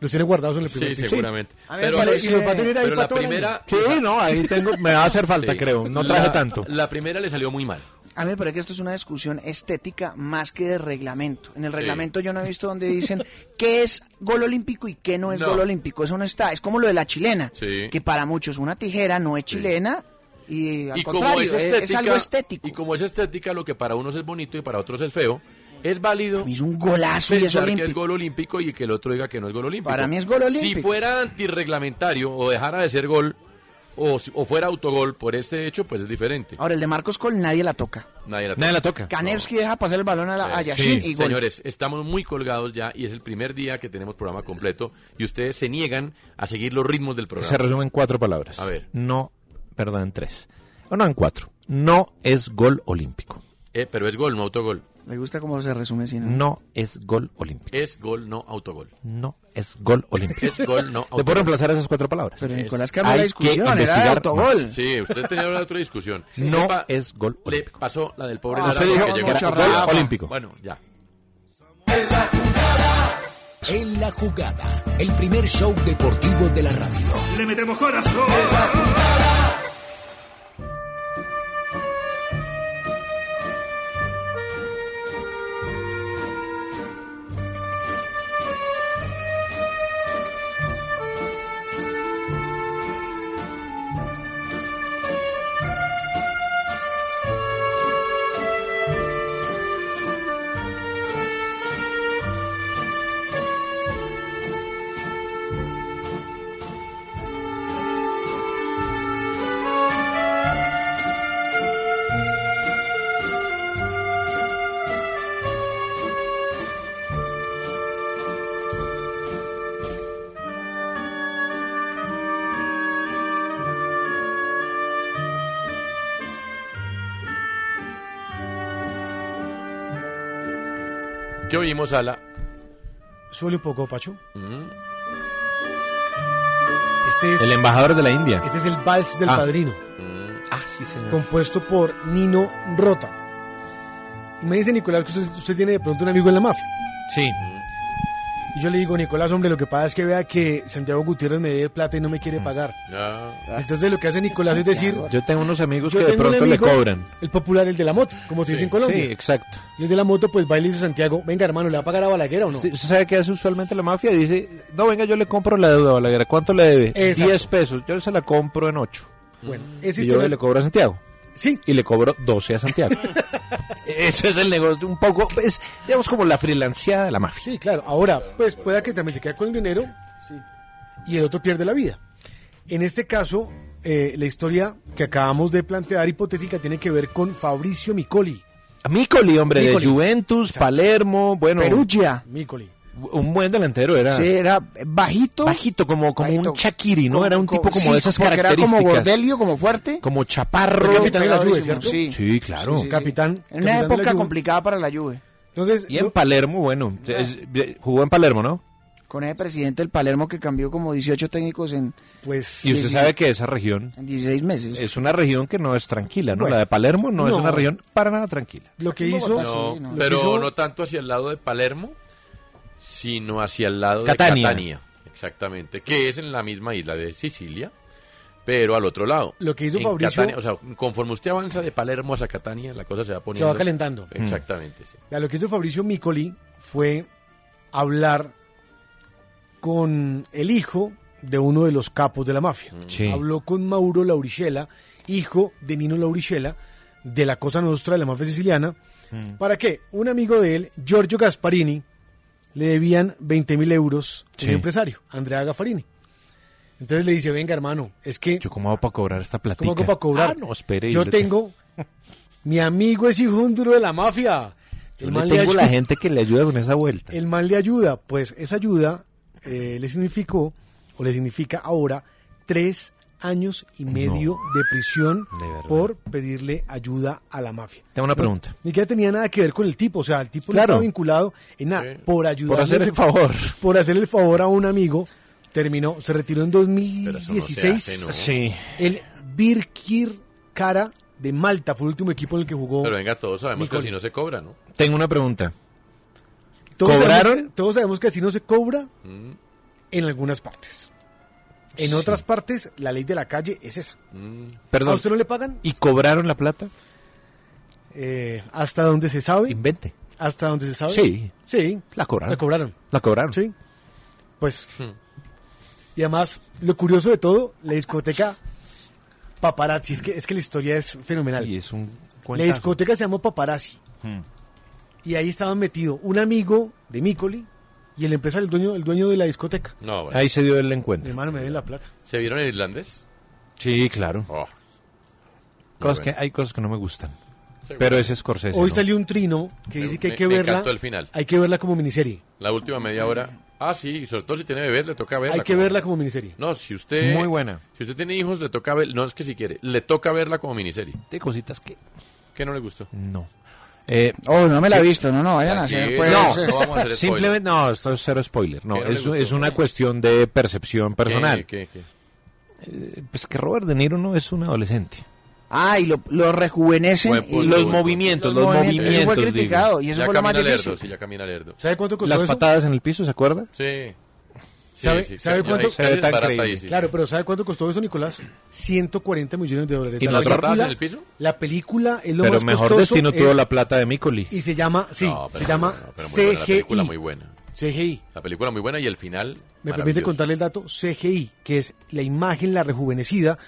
Los tiene guardados en el primer
Sí,
piso.
seguramente.
A mí me parece- y los va a tener ahí
pero
para
la
todo el año.
primera...
Sí, no, ahí tengo. Me va a hacer falta,
Sí.
creo. No traje
La-
tanto.
La primera le salió muy mal.
A mí me parece que esto es una discusión estética más que de reglamento. En el
Sí.
reglamento yo no he visto donde dicen qué es gol olímpico y qué no es
No.
gol olímpico. Eso no está. Es como lo de la chilena,
Sí.
que para muchos una tijera no es chilena y al contrario, eh, es, es algo estético.
Y como es estética, lo que para unos es bonito y para otros es feo, es válido.
Es un golazo y es
pensar que es
olímpico.
gol olímpico y que el otro diga que no es gol olímpico.
Para mí es gol
Si
olímpico.
fuera antirreglamentario o dejara de ser gol o, si- o fuera autogol por este hecho, pues es diferente.
Ahora, el de Marcos Col nadie la toca.
Nadie la toca.
Kanevsky deja pasar el balón a, la, a
Eh,
Yashin
sí,
y gol.
Señores, estamos muy colgados ya y es el primer día que tenemos programa completo y ustedes se niegan a seguir los ritmos del programa.
Se resume en cuatro palabras.
A ver.
No, perdón, en tres. O no, en cuatro. No es gol olímpico.
Eh, pero es gol, no autogol.
Me gusta cómo Este se resume, si no.
No es gol olímpico.
Es gol, no autogol.
No es gol olímpico.
Es gol, no
Le puedo
autogol.
reemplazar esas cuatro palabras.
Pero Nicolás
que
cambió la discusión, era de
investigar
autogol.
más.
Sí, usted tenía una otra discusión.
Sí. No
pa-
es gol
Le pasó la del pobre
Ah,
Lara
usted dijo
que llegó
que era
tarde.
gol olímpico.
Bueno, ya.
En la jugada, el primer show deportivo de la radio.
Le metemos corazón.
¿Qué oímos, Ala?
Suele un poco, Pacho.
Mm.
Este es,
El embajador de la India.
Este es el vals del
Ah.
padrino.
Ah, sí, señor.
compuesto por Nino Rota. Y me dice Nicolás que usted, usted tiene de pronto un amigo en la mafia.
Sí.
Y yo le digo, Nicolás, hombre, lo que pasa es que vea que Santiago Gutiérrez me debe plata y no me quiere pagar. Entonces lo que hace Nicolás es decir,
Mm. Ah. Yo tengo unos amigos
yo
que de
tengo un
pronto le
amigo,
cobran.
El popular, el de la moto, como se dice en Colombia.
Sí, exacto.
Y el de la moto, pues va y le dice a Santiago, venga hermano, ¿le va a pagar a Balaguer o no?
Sí, ¿Usted sabe qué hace usualmente la mafia? Dice, no, venga, yo le compro la deuda a Balaguer. ¿Cuánto le debe?
Exacto.
10 pesos. Yo se la compro en 8.
Bueno, esa
y yo
historia-
le cobro a Santiago.
Sí.
Y le cobro 12 a Santiago. Eso es el negocio. Un poco, es, digamos, como la freelanceada de la mafia.
Sí, claro. Ahora, pues pueda que también se quede con el dinero y el otro pierde la vida. En este caso, eh, la historia que acabamos de plantear hipotética tiene que ver con Fabricio Micoli.
Micoli, hombre,
Micoli.
de Juventus, Palermo, bueno.
Perugia. Micoli.
Un buen delantero era.
Sí, era bajito.
Bajito, como, como un Shakiri, ¿no?
Como-
era un tipo como
sí,
de esas
porque
características.
Era como Bordelio, como fuerte.
Como chaparro.
Fue capitán de la Juve,
Pegadísimo,
¿cierto?
sí.
Sí, claro.
Sí, sí, sí.
Capitán.
En una
capitán de la
época
Juve.
complicada para la Juve.
Entonces,
Y en Palermo, bueno, es- es- jugó en Palermo, ¿no?
con ese presidente del Palermo que cambió como 18 técnicos en,
pues,
Y usted
Sí, sí.
sabe que esa región
en 16 meses.
es una región que no es tranquila, ¿no?
Bueno.
la de Palermo no, es
No.
una región para nada tranquila.
lo que
Aquí en
hizo...
Bogotá,
No,
sí,
lo que
pero
hizo-
no tanto hacia el lado de Palermo, sino hacia el lado de
Catania.
Catania. Exactamente, que es en la misma isla de Sicilia, pero al otro lado.
Lo que hizo
En
Fabricio-
Catania, o sea, conforme usted avanza de Palermo hacia Catania, la cosa se va poniendo...
calentando.
Exactamente, sí.
Ya, lo que hizo Fabricio Micoli fue hablar con el hijo de uno de los capos de la mafia.
Mm. Sí.
Habló con Mauro Lauricela, hijo de Nino Lauricela, de la Cosa Nostra de la mafia siciliana.
Mm.
¿Para qué? Un amigo de él, Giorgio Gasparini, le debían 20 mil euros a
Sí.
un empresario, Andrea Gaffarini. Entonces le dice, venga hermano, es que
Yo cómo hago para cobrar esta platica.
¿Cómo hago para cobrar?
Ah, no, espere.
Yo
le-
tengo. Mi amigo es hijo de un duro de la mafia. El
yo le
man le
tengo
ayu-
la gente que le ayuda con esa vuelta.
El mal le ayuda. Pues esa ayuda eh, le significó, o le significa ahora, tres años y medio de prisión
De verdad.
por pedirle ayuda a la mafia.
Tengo una pregunta.
Ni que tenía nada que ver con el tipo, o sea, el tipo
Claro.
no estaba vinculado en nada.
Sí.
Por ayudar.
hacer el favor.
Por hacer el favor a un amigo. Terminó, se retiró en
Pero eso no se
2016.
hace, ¿no?
Sí.
El Birkir Cara de Malta fue el último equipo en el que jugó.
Pero venga, todos sabemos que
Nicole.
así no se cobra, ¿no?
Tengo una pregunta.
Todos
¿Cobraron?
Sabemos, que- todos sabemos que así no se cobra
Mm,
en algunas partes. En
Sí.
otras partes, la ley de la calle es esa.
mm.
¿A
Perdón.
usted no le pagan?
¿Y cobraron la plata?
Eh, hasta donde se sabe.
Invente.
Hasta donde se sabe.
Sí.
Sí.
La cobraron.
La cobraron.
La cobraron.
Sí. Pues.
Hmm.
Y además, lo curioso de todo, la discoteca Paparazzi. Es que, es que la historia es fenomenal.
Y es un
La
cuentazo.
discoteca se llamó Paparazzi.
Hmm.
Mm.
Y ahí estaban metido un amigo de Micoli y el empresario, el dueño, el dueño de la discoteca.
No, bueno.
Ahí se dio el
Mi
encuentro.
hermano me ven la plata.
¿Se vieron en irlandés?
Sí, claro.
Oh,
Cosas
bueno.
que, hay cosas que no me gustan.
seguro.
Pero es Scorsese.
Hoy
¿no?
salió un trino que
Me-
dice que hay
me-
que
me
verla.
encantó el final.
Hay que verla como miniserie.
La última media hora... Ah, sí, y sobre todo si tiene bebés, le toca verla.
hay que
como-
verla como miniserie.
No, si usted...
Muy buena.
Si usted tiene hijos, le toca ver... No, es que si quiere. Le toca verla como miniserie.
De cositas que
¿Qué no le gustó?
no. Eh,
Oh, no me la he visto, no, no, vayan a hacer.
Tranquilo,
Pues,
no,
eh,
no vamos a hacer spoiler.
Simplemente, no, esto es cero spoiler. No,
¿Qué no le
es,
gustó?
es una cuestión de percepción personal.
¿Qué, qué, qué?
Pues que Robert De Niro no es un adolescente.
Ah, y lo, lo rejuvenecen.
Buen
y
punto,
los
buen
movimientos,
los
los
movimientos. Eso fue
movimientos,
criticado y eso
pues, ya
fue lo más
camina
difícil.
lerdo, sí, ya camina lerdo.
¿Sabe cuánto costó
Las
eso?
patadas en el piso, ¿se acuerda?
Sí. Sí,
¿Sabe-
sí,
sabe
sí,
cuánto-
ahí casi
Se ve tan
desbarata
creíble.
ahí, sí.
Claro, pero ¿sabe cuánto costó eso, Nicolás? 140 millones de dólares.
¿Y
la,
las
patadas
película,
en el piso?
la película es lo
Pero
más
mejor
costoso,
destino
es-
tuvo la plata de Micoli.
Y se llama, sí,
No, pero
se
muy
llama
buena, pero muy buena, La
CGI.
película muy buena.
CGI.
La película muy buena y el final.
¿Me permite
maravilloso.
contarle el dato? CGI, que es la imagen, la rejuvenecida.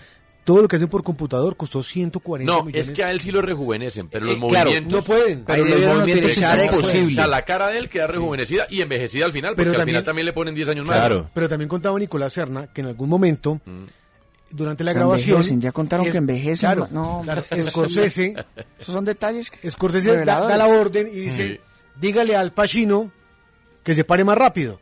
Todo lo que hacen por computador costó 140
No,
millones.
es que a él sí lo rejuvenecen, pero los
Eh, claro,
movimientos.
No pueden.
Pero
Ahí
los
debieron
movimientos
utilizar
son
extras.
O
posibles.
sea, la cara de él queda rejuvenecida y envejecida al final, porque
Pero
al
también-
final también le ponen 10 años más.
Claro. Mm.
Pero también contaba Nicolás Serna que en algún momento, durante la
Se
grabación.
envejecen, ya contaron que envejecen,
Claro,
no,
claro,
hombre, esto
Scorsese,
Esos son detalles.
Scorsese da- da,
reveladores.
la orden y dice:
Sí.
dígale al Pacino que se pare más rápido.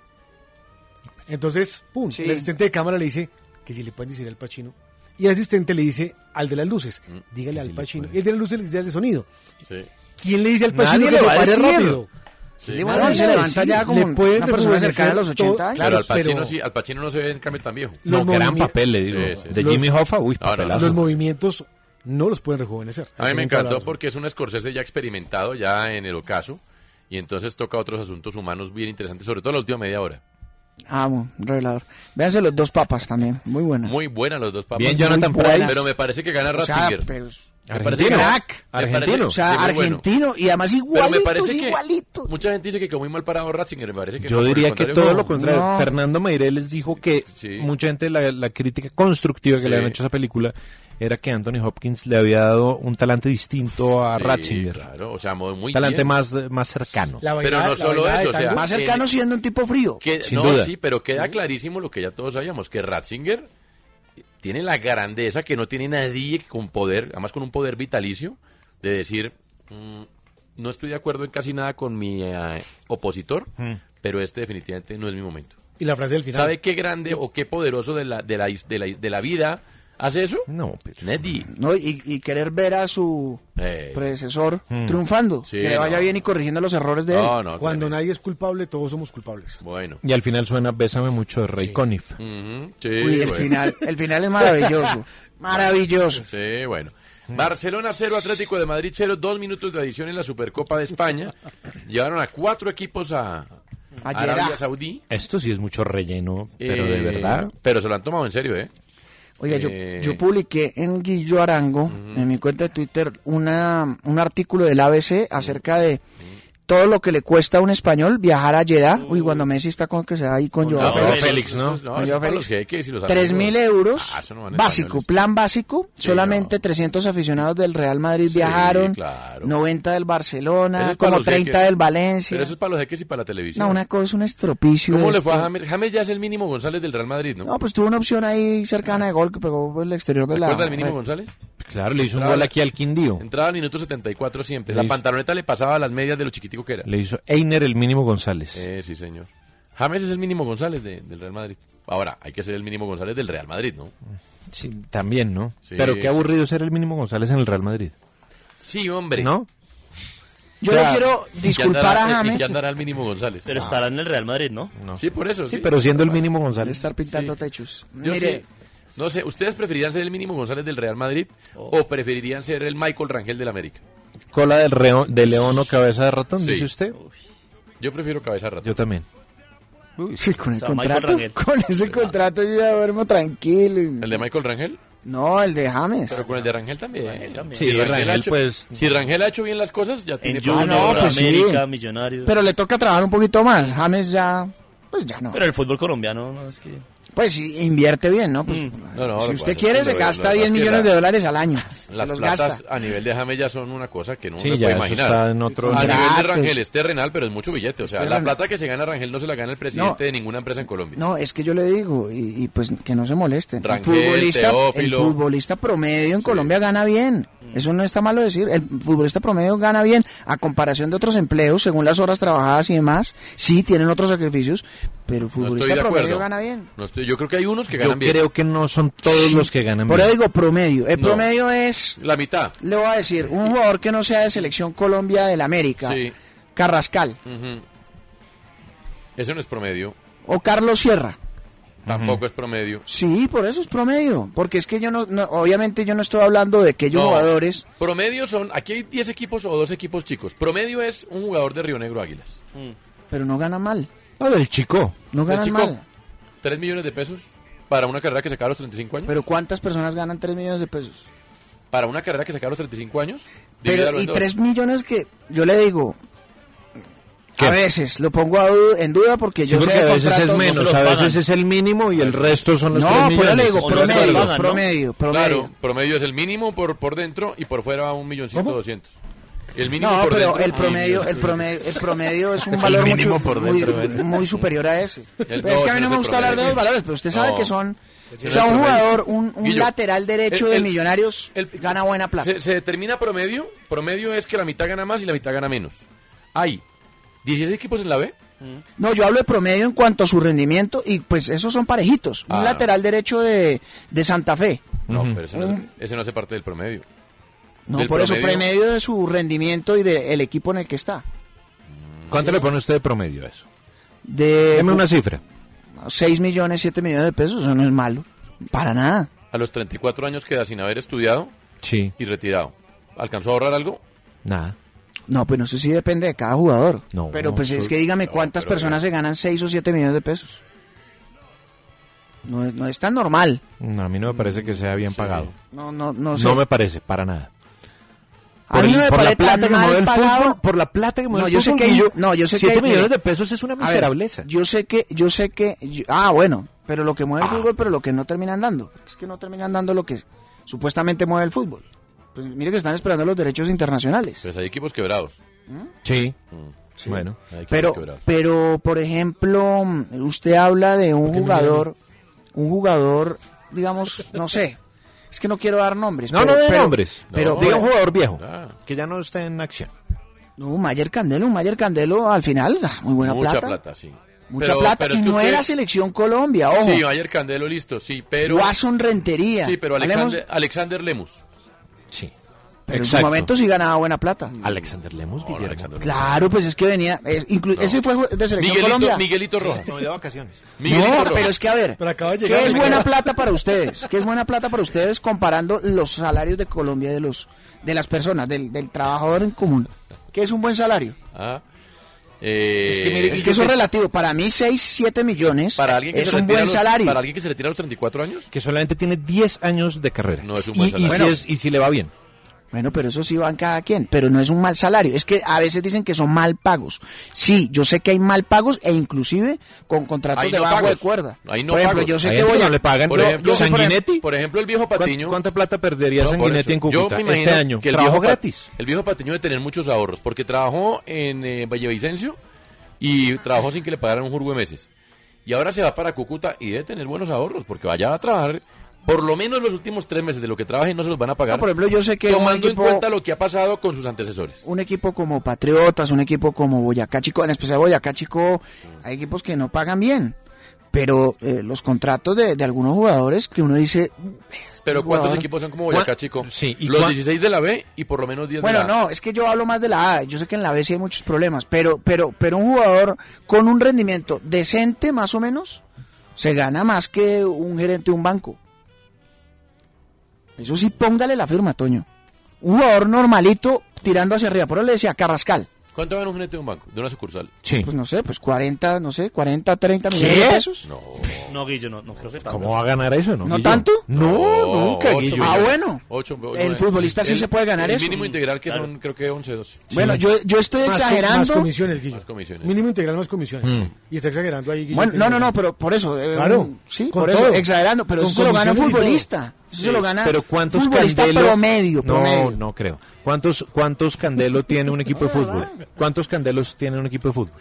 Entonces, pum,
Sí.
el asistente de cámara le dice que si le pueden decir al Pacino. Y el asistente le dice al de las luces:
Mm.
dígale al Pacino. Y el de las luces le dice al de sonido.
Sí.
¿Quién le dice al Pacino
Nadie
que
le
se
va a
pare
decir.
rápido?
Bueno, él se levanta ya como una persona cercana a los 80 años.
Claro, al Pacino, sí, al Pacino no se ve en cambio tan viejo.
No, gran
movimi-
papel, le digo.
Sí, sí,
de
sí.
Jimmy Hoffa, uy,
No, no,
papelazo.
Los movimientos no los pueden rejuvenecer.
A mí me
Tienen que
encantó
hablar.
porque es un Scorsese ya experimentado, ya en el ocaso, y entonces toca otros asuntos humanos bien interesantes, sobre todo la última media hora.
Amo, Ah, revelador. Véanse los dos papas también, muy buena.
Muy buena los dos papas.
Bien, Jonathan Muy buenas. Price.
Pero me parece que gana
O sea,
Ratzinger.
pero-
Me parece que-
Crack.
me parece-
O sea,
sí, muy bueno.
argentino y además
Pero me
igualitos,
parece que
igualitos.
mucha gente dice que quedó muy mal parado Ratzinger, me parece que no,
Yo
por el
diría que
contrario,
todo
no.
lo contrario.
No.
Fernando Meireles dijo que mucha gente, la, la crítica constructiva que le
Sí.
habían hecho a esa película era que Anthony Hopkins le había dado un talante distinto a
Sí,
Ratzinger.
claro, o sea, muy
talante
bien.
más, más cercano.
La Pero no solo eso, o sea,
más
eh,
cercano
el-
siendo un tipo frío.
Que-
Sin
no,
duda.
sí, pero queda clarísimo lo que ya todos sabíamos, que Ratzinger tiene la grandeza que no tiene nadie con poder, además con un poder vitalicio, de decir, mm, no estoy de acuerdo en casi nada con mi eh, opositor,
Mm.
pero este definitivamente no es mi momento.
Y la frase del final.
¿Sabe qué grande o qué poderoso de la, de la, is- de la, de la vida hace eso?
No, pues,
Nadie.
¿no? Y, y querer ver a su
Eh.
predecesor
Hmm.
triunfando,
Sí,
que le vaya
no.
bien y corrigiendo los errores de él.
Cuando nadie es culpable, todos somos culpables.
Bueno.
Y al final suena Bésame mucho de Ray Conniff.
Uy, el final, el final es maravilloso. Maravilloso.
Sí, bueno. Barcelona 0, Atlético de Madrid 0, dos minutos de adición en la Supercopa de España. Llevaron a cuatro equipos a, Arabia Saudí.
Esto sí es mucho relleno, pero de
Eh,
verdad.
Pero se lo han tomado en serio, ¿eh?
Oiga,
Eh,
yo, yo publiqué en Guillo Arango, en mi cuenta de Twitter, una, un artículo del ABC acerca de todo lo que le cuesta a un español viajar a Jeddah. Uy, cuando Messi está con que se va ahí con Joao
no,
Félix.
Félix, ¿no?
Con
No,
Joao
eso es para
Félix.
los jeques y los
3.000
amigos.
euros,
Ah, eso no van
básico, plan básico. solamente 300 aficionados del Real Madrid viajaron,
claro.
90 del
Eso
Barcelona,
es para
como
los jeques.
30 del Valencia.
Pero eso es para los jeques y para la televisión.
No, una cosa, es un estropicio.
¿Cómo le
esto.
fue a James? James ya es el mínimo González del Real Madrid, ¿no?
No, pues tuvo una opción ahí cercana de gol que pegó por el exterior de la.
¿Recuerda el mínimo González?
Pues Claro, le hizo un
Entraba-
gol aquí al Quindío.
Entraba al minuto 74 siempre.
Le
La
hizo-
pantaloneta le pasaba a las medias de lo chiquitico que era.
Le hizo Einer el mínimo González.
Eh, sí, señor. James es el mínimo González de- del Real Madrid. Ahora, hay que ser el mínimo González del Real Madrid, ¿no?
Sí, también, ¿no?
Sí.
Pero qué aburrido ser el mínimo González en el Real Madrid.
Sí, hombre.
¿No?
Yo
O sea,
le quiero
Y que
disculpar
andará-
a
Y
James.
que andará el mínimo González.
Pero estará en el Real Madrid, ¿no?
Sí, por eso.
Sí, pero siendo el mínimo González.
Estar pintando techos.
Yo
Mire,
sí. No sé, ¿ustedes preferirían ser el mínimo González del Real Madrid
Oh.
o preferirían ser el Michael Rangel del América?
Cola del reo- de león o cabeza de ratón,
Sí.
dice usted.
Yo prefiero cabeza rata.
Yo también.
sí, con el
sea, Michael
contrato.
Rangel.
Con ese contrato yo ya duermo tranquilo.
¿El de Michael Rangel?
No, el de James.
Pero con el de Rangel también.
Sí, Rangel,
ha hecho-
pues-
Si Rangel ha hecho bien las cosas, ya tiene...
Junior,
Ah, no, pues sí.
América, Millonarios.
Pero le toca trabajar un poquito más. James ya. Pues ya no.
Pero el fútbol colombiano no es que.
Pues sí, invierte bien, ¿no? Pues,
Mm. No, no, lo
si
que
usted
pasa
quiere,
es que
se
lo- lo
gasta
demás
10
que
millones
la-
de dólares al año.
Pues Las
los
platas
gasta.
a nivel de James ya son una cosa que no
Sí,
uno
ya
puede
eso
imaginar.
está en otro
a
nivel. Pues
nivel de
Contratos.
Rangel es terrenal, pero es mucho billete. O sea,
Es
la
terrenal.
plata que se gana Rangel no se la gana el presidente de ninguna empresa en Colombia.
No, es que yo le digo, y, y pues que no se molesten. El
Rangel,
futbolista, el
Teófilo. Mm.
futbolista promedio en Colombia gana bien. Eso no está malo decir. El futbolista promedio gana bien a comparación de otros empleos, según las horas trabajadas y demás. Sí, tienen otros sacrificios, pero el
No
futbolista
estoy de
promedio
acuerdo.
gana bien.
No estoy- yo creo que hay unos que
Yo
ganan bien.
creo que no son todos los que ganan
Por
bien.
eso digo promedio. El
No.
promedio es,
La mitad.
le voy a decir, un jugador que no sea de selección Colombia del América,
Sí.
Carrascal
Ujú. Ese no es promedio.
o Carlos Sierra.
Tampoco es promedio.
Sí, por eso es promedio. Porque es que yo no, no- obviamente yo no estoy hablando de aquellos
No.
jugadores.
Promedio son. Aquí hay 10 equipos o dos equipos chicos. Promedio es un jugador de Río Negro Águilas.
pero no gana mal.
No, del chico.
Mm. No ganan
El chico,
mal.
3 millones de pesos para una carrera que se acaba a los 35 años.
Pero ¿cuántas personas ganan 3 millones de pesos?
para una carrera que se acaba a los 35 años.
Pero,
divídalo
y
en dos.
3 millones que yo le digo, a veces lo pongo a du- en duda porque
Yo
yo sé
creo que
de
a veces es
contratos-
menos, a veces es el mínimo y el resto son los
No,
tres
por eso
millones.
le digo,
O no se
promedio,
los pagan, ¿no?
promedio, promedio.
Claro, promedio es el mínimo por, por dentro y por fuera un milloncito doscientos. El mínimo
No,
por
pero
dentro-
el
Ay,
promedio,
Dios
el
mío.
promedio, el promedio es un
El
valor
mínimo
mucho,
por
muy,
dentro,
¿eh?
¿verdad?
muy superior a ese. Pero
no,
es que a
ese
mí no
no
me
es
gusta
el
hablar de
promedio.
los valores, pero usted sabe
No.
que son,
Ese
o
no
sea,
es
un
promedio.
jugador, un, un
Guillo,
lateral derecho
el-
de
el-
Millonarios gana buena plata.
Se, se determina promedio. Promedio es que la mitad gana más y la mitad gana menos. Hay 16 equipos en la B.
No, yo hablo de promedio en cuanto a su rendimiento y pues esos son parejitos.
Ah.
Un lateral derecho de, de Santa Fe.
No, pero ese no, ese no hace parte del promedio.
No,
Del
por eso promedio de su rendimiento y del equipo en el que está.
¿Cuánto le pone usted de promedio a eso?
De
Deme una cifra.
6 millones, 7 millones de pesos, eso no es malo. Para nada.
A los 34 años queda sin haber estudiado
Sí.
y retirado. ¿Alcanzó a ahorrar algo?
Nada.
No, pues no sé si depende de cada jugador.
No,
pero pues es
eso-
que dígame
no,
cuántas
pero
personas se ganan 6 o 7 millones de pesos. No es, no es tan normal.
No, a mí no me parece que sea bien pagado.
No, no, no sé.
No me parece, para nada.
A mí no me parece tan mal
mueve el
pagado.
fútbol, por la plata que mueve
No,
el
yo sé
fútbol,
que hay-
Guillo,
no, yo sé que
siete
hay-
millones
mire,
de pesos es una
A ver,
miserableza.
yo sé que, yo sé que, yo- ah, bueno, pero lo que mueve
Ah.
el fútbol, pero lo que no terminan dando. Es que no terminan dando lo que supuestamente mueve el fútbol. Pues mire que están esperando los derechos internacionales.
Pues hay equipos quebrados.
Sí.
Sí.
Bueno.
Hay equipos
¿Mm? Pero,
quebrados.
pero por ejemplo, usted habla de un jugador, un jugador, digamos, no sé. Es que no quiero dar nombres.
No,
pero-
no de
pero-
nombres.
Pero,
diga
pero-
un jugador viejo que ya no está en acción.
No, Mayer Candelo, un Mayer Candelo al final, ah, muy buena
Mucha
plata.
plata, sí.
Mucha
Pero-
plata.
pero es
y
que
no
usted-
era selección Colombia, ojo.
Sí, Mayer Candelo, listo, sí, pero...
Watson Rentería.
Sí, pero
Hablemos-
Alexander, Alexander Lemus.
Sí.
pero en su momento sí ganaba buena plata.
Mm,
Alexander Lemos, Guillermo.
Claro, pues es que venía. es- inclu- Ese fue ju- de selección
Miguelito,
Colombia.
Miguelito Rojas.
No, de vacaciones.
Miguelito
no,
Rojas.
pero es que a ver,
Pero acaba de
¿qué
llegar,
es
me
buena
queda-
plata para ustedes? ¿Qué es buena plata para ustedes comparando los salarios de Colombia y de los de las personas, del, del trabajador en común? ¿Qué es un buen salario?
Ah, eh,
Es que mire,
Es que eso es relativo. Para mí 6, 7 millones
Para alguien que
es
se
un
retira a
buen
los-
salario.
Para alguien que se retira a los 34 años.
Que solamente tiene 10 años de carrera.
No es un
Y-
buen
y,
salario.
si
Bueno.
es- y si le va bien.
Bueno, pero eso sí van cada quien, pero no es un mal salario. Es que a veces dicen que son mal pagos. Sí, yo sé que hay mal pagos e inclusive con contratos
Ahí
de
no
bajo de
pagos.
cuerda.
Ahí no
por ejemplo,
pagos.
yo sé
Hay
que
gente
voy
que
a
no le pagan.
Por
Yo-
ejemplo,
yo- Sanguinetti.
Por ejemplo, el viejo
¿Cuán-
Patiño.
¿Cuánta plata perdería
No, por
Sanguinetti
eso.
en Cúcuta
Yo me imagino
este año?
que el
Trabajo
viejo Pat-
gratis.
El viejo Patiño debe tener muchos ahorros, porque trabajó en eh, Vallevicencio y trabajó sin que le pagaran un jurgo de meses. Y ahora se va para Cúcuta y debe tener buenos ahorros, porque vaya a trabajar por lo menos los últimos tres meses de lo que trabaje no se los van a pagar.
No, por ejemplo, yo sé que un
tomando en
equipo-
cuenta lo que ha pasado con sus antecesores.
un equipo como Patriotas, un equipo como Boyacá Chico, en especial Boyacá Chico, hay equipos que no pagan bien. Pero eh, los contratos de, de algunos jugadores que uno dice,
Pero
un
¿cuántos
jugador-
equipos son como Boyacá,
¿Cuán-
chico?
Sí, y
los
cuán-
16 de la B y por lo menos 10
bueno,
de la A.
no, es que yo hablo más de la A, yo sé que en la B sí hay muchos problemas, pero, pero, pero un jugador con un rendimiento decente más o menos, se gana más que un gerente de un banco. Eso sí, póngale la firma, Toño. Un jugador normalito tirando hacia arriba, por eso le decía Carrascal.
¿Cuánto gana un gerente de un banco, de una sucursal?
Sí.
Pues no sé, pues 40, no sé, 40, 30 millones de pesos.
No.
No, Guillo, no, no creo que tanto.
¿Cómo va a ganar eso? ¿No,
¿No
Guillo?
tanto?
No, nunca,
ocho
Guillo.
Ah,
millones.
bueno.
Ocho, ocho,
El
nueve.
futbolista sí
El-
se puede ganar
el
eso.
mínimo integral que
Claro.
son creo que 11, 12.
Bueno, yo, yo estoy
Más co- Más
exagerando.
comisiones, Guillo.
Más comisiones.
Mínimo integral más comisiones.
Mm.
Y está exagerando ahí, Guillo.
Bueno, no, no, no,
pero...
pero por eso. eh,
Claro,
un- sí,
con
por eso,
todo.
exagerando. Pero
Con
eso se lo gana un
comisiones y
futbolista. Eso se lo gana
Pero ¿cuántos
futbolista
Candelo...
promedio,
no,
promedio.
no creo. ¿Cuántos, ¿Cuántos Candelo tiene un equipo de fútbol? ¿Cuántos Candelos tiene un equipo de fútbol?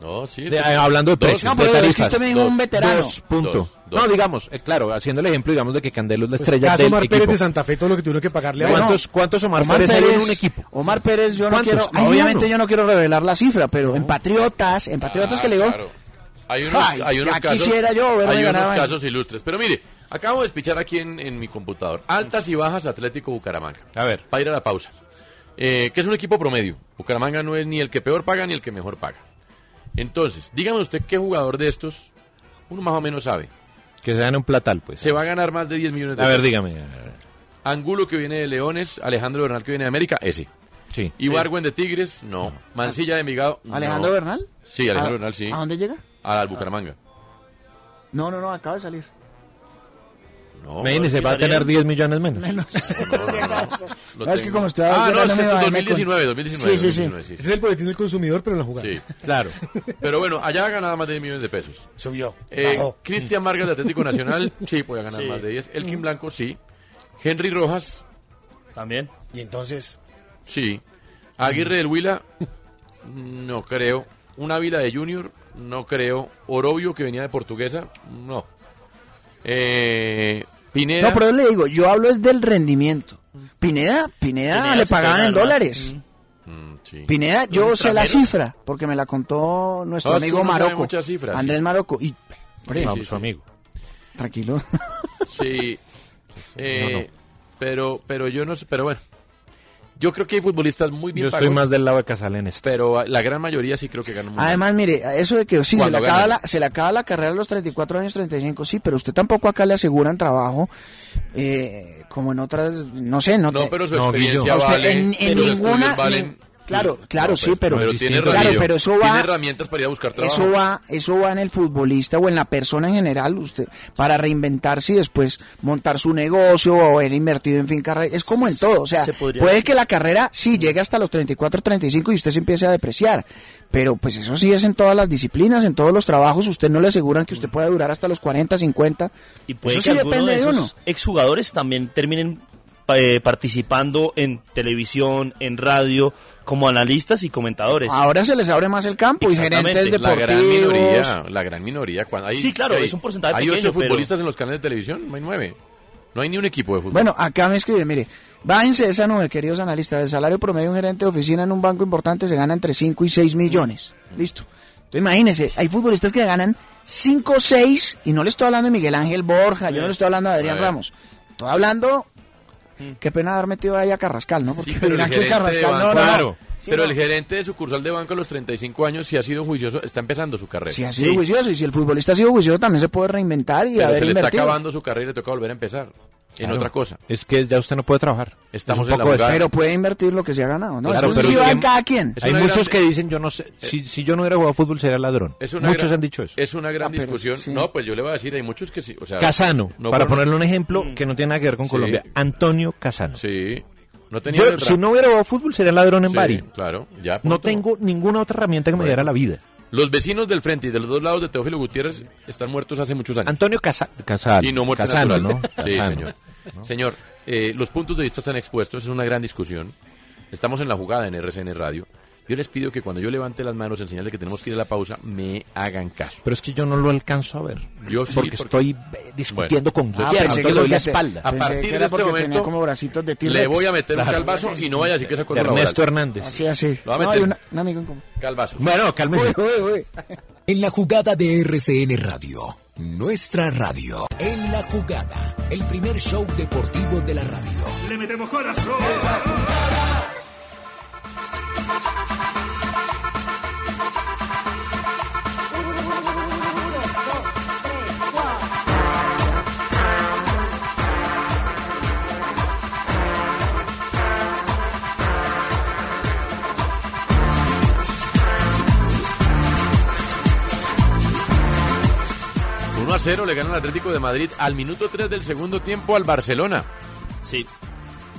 No, sí.
De- eh, hablando de
Dos.
precios,
No, pero
de
es que
tarifas.
usted me dijo un veterano.
Dos, punto.
Dos, dos.
No, digamos, eh, claro, haciendo el ejemplo, digamos, de que Candelo es la
Pues
estrella
caso
del
Omar
equipo.
Pérez de Santa Fe, todo lo que tuvieron que pagarle a
Bueno,
¿Cuántos, cuántos Omar,
Omar
Pérez, hay en
Pérez,
un equipo?
Omar Pérez, yo no
¿Cuántos?
quiero.
Hay
obviamente
uno.
yo no quiero revelar la cifra, pero en Patriotas, en Patriotas
Ah,
que le digo.
claro. Hay unos,
Ay,
hay unos
ya
casos,
quisiera yo haberme
hay
ganado
unos
ahí.
casos ilustres. Pero mire, acabo de espichar aquí en, en mi computador. Altas y bajas Atlético Bucaramanga.
A ver.
Para ir a la pausa. Eh, que es un equipo promedio. Bucaramanga no es ni el que peor paga ni el que mejor paga. Entonces, dígame usted qué jugador de estos, uno más o menos sabe,
Que sean un platal, pues.
se va a ganar más de 10 millones de
A ver,
pesos.
dígame. a ver,
Angulo que viene de Leones, Alejandro Bernal que viene de América, ese.
Sí.
Ibargüen de Tigres, no. Mancilla de Migado,
¿Alejandro Bernal?
Sí, Alejandro
¿A-
Bernal, sí.
¿A dónde llega?
Al Bucaramanga.
No, no, no, acaba de salir.
No.
Imagínese, va a tener 10 millones menos.
Lo
No, es
tengo.
que como estaba
Ah, no, es
llorando,
que
me
esto es
bañé con-
2019, 2019.
Sí, sí, sí.
2019, sí.
Ese es el boletín del consumidor, pero en la jugada.
Sí,
Claro.
pero bueno, allá ganaba más de 10 millones de pesos.
Subió.
Eh,
bajó.
Cristian Vargas de Atlético Nacional, sí, puede ganar
Sí.
más de 10. Elkin Blanco, sí. Henry Rojas,
También.
Y entonces,
sí. Aguirre del Huila, no creo. Una Ávila de Junior, no creo. Orobio, que venía de Portuguesa, no. Eh, Pineda,
No, pero yo le digo, yo hablo es del rendimiento. Pineda, Pineda,
Pineda
le
se
pagaban
puede
en
ganar más.
dólares.
mm, sí.
Pineda, yo
Los
sé la
extranjeros.
cifra, porque me la contó nuestro
No, es que
amigo
uno sabe
Maroco.
muchas cifras, sí.
Andrés Maroco. Y, hombre,
No,
sí,
su
sí.
amigo.
tranquilo.
Sí. Eh, Pero, pero yo no sé, pero bueno. Yo creo que hay futbolistas muy bien
Yo estoy
pagos,
más del lado de Casal en este.
pero ah, la gran mayoría sí creo que ganan muy bien.
Además, mire, eso de que sí, se le,
Cuando
acaba
ganan.
la, se le acaba la carrera a los 34 años, 35, sí, pero usted tampoco acá le aseguran trabajo, eh, como en otras, no sé, no
No,
te-
pero su
Guillo.
experiencia
A usted
vale,
en- en
sus
ninguna-
estudios valen.
nin- claro, claro, sí, pero,
pero tiene,
claro,
herramientas-
pero eso
tiene
va,
herramientas para ir a buscar trabajo.
eso va, eso va en el futbolista o en la persona en general, usted, para reinventarse y después montar su negocio o haber invertido en fin carrera, es como en todo, o sea,
Se podría
puede
decir.
que la carrera sí llegue hasta los 34, 35 y usted se empiece a depreciar, pero pues eso sí es en todas las disciplinas, en todos los trabajos, usted no le aseguran que usted pueda durar hasta los 40, 50,
Y puede
eso
que
sí
alguno
depende
de
de,
esos
uno.
exjugadores también terminen eh, participando en televisión, en radio, como analistas y comentadores.
Ahora se les abre más el campo y
Exactamente.
gerentes
La
deportivos.
gran
gran minoría, la gran minoría. Cuando hay,
Sí, claro,
hay-
es un porcentaje
Hay
pequeño,
ocho
pero-
futbolistas en los canales de televisión, no hay nueve. No hay ni un equipo de fútbol.
Bueno, acá me escribe, mire, bájense de esa nube, queridos analistas. El salario promedio de un gerente de oficina en un banco importante se gana entre 5 y 6 millones. Listo. Entonces imagínense, hay futbolistas que ganan 5 o 6, y no le estoy hablando de Miguel Ángel Borja, yo no le estoy hablando de Adrián
A ver.
Ramos. Estoy hablando... Qué pena haber metido ahí a Carrascal, ¿no? Porque
Sí, pero el
dirán que
gerente de
Carrascal
banco-
no, no, no.
claro,
Sí,
pero
no.
el gerente de sucursal de banco a los 35 años, si ha sido juicioso, está empezando su carrera.
Si ha sido juicioso, y si el futbolista ha sido juicioso, también se puede reinventar y
Pero
haber
se le está
invertido.
acabando su carrera y le toca volver a empezar. En
Claro.
otra cosa.
Es que ya usted no puede trabajar.
Estamos
Es un
en la
poco eso.
jugada.
Pues, Pero puede invertir lo que se ha ganado, ¿no?
Claro,
Eso
pero
sí va
es
en
que-
cada quien.
Es
Hay
una
muchos
gran- Eh.
que dicen, yo no sé, si, si yo no hubiera jugado fútbol sería ladrón.
Es una
Muchos
gran-
han dicho eso. Ah,
Es una gran
pero
discusión.
sí.
No, pues yo le voy a decir, hay muchos que sí. O sea,
Casano,
no
para
fueron-
ponerle un ejemplo que no tiene nada que ver con
Sí.
Colombia. Antonio Casano.
Sí. No tenía
Yo,
otra.
si no hubiera jugado fútbol sería ladrón en
Sí,
Bari.
Claro, ya.
No
punto.
tengo ninguna otra herramienta que me diera la vida.
Los vecinos del frente y de los dos lados de Teófilo Gutiérrez están muertos hace muchos años.
Antonio Casa Casano.
Y no muerte
Casano,
natural.
¿no?
Sí,
Casano.
señor. Señor, eh, los puntos de vista están expuestos, es una gran discusión. Estamos en la jugada en RCN Radio. Yo les pido que cuando yo levante las manos en señal de que tenemos que ir a la pausa, me hagan caso.
Pero es que yo no lo alcanzo a ver.
Yo sí,
porque, estoy eh, discutiendo
Bueno.
con
Ah, pensé
quién. Entonces
que
le
lo
doy la
que te-
espalda.
A
Pensé
partir
que
de
era
este
porque
momento,
tenía como bracitos de T-Rex.
Le voy a meter un
Claro.
calvazo y no vaya a decir que esa cosa laboral.
Ernesto Hernández.
Así, así.
Lo va a
No,
meter.
hay una- un amigo en común.
Calvazo.
Bueno, cálmese.
En la jugada de RCN Radio, nuestra radio. En la jugada, el primer show deportivo de la radio.
Le metemos corazón.
1 a 0 le gana el Atlético de Madrid al minuto 3 del segundo tiempo al Barcelona.
Sí,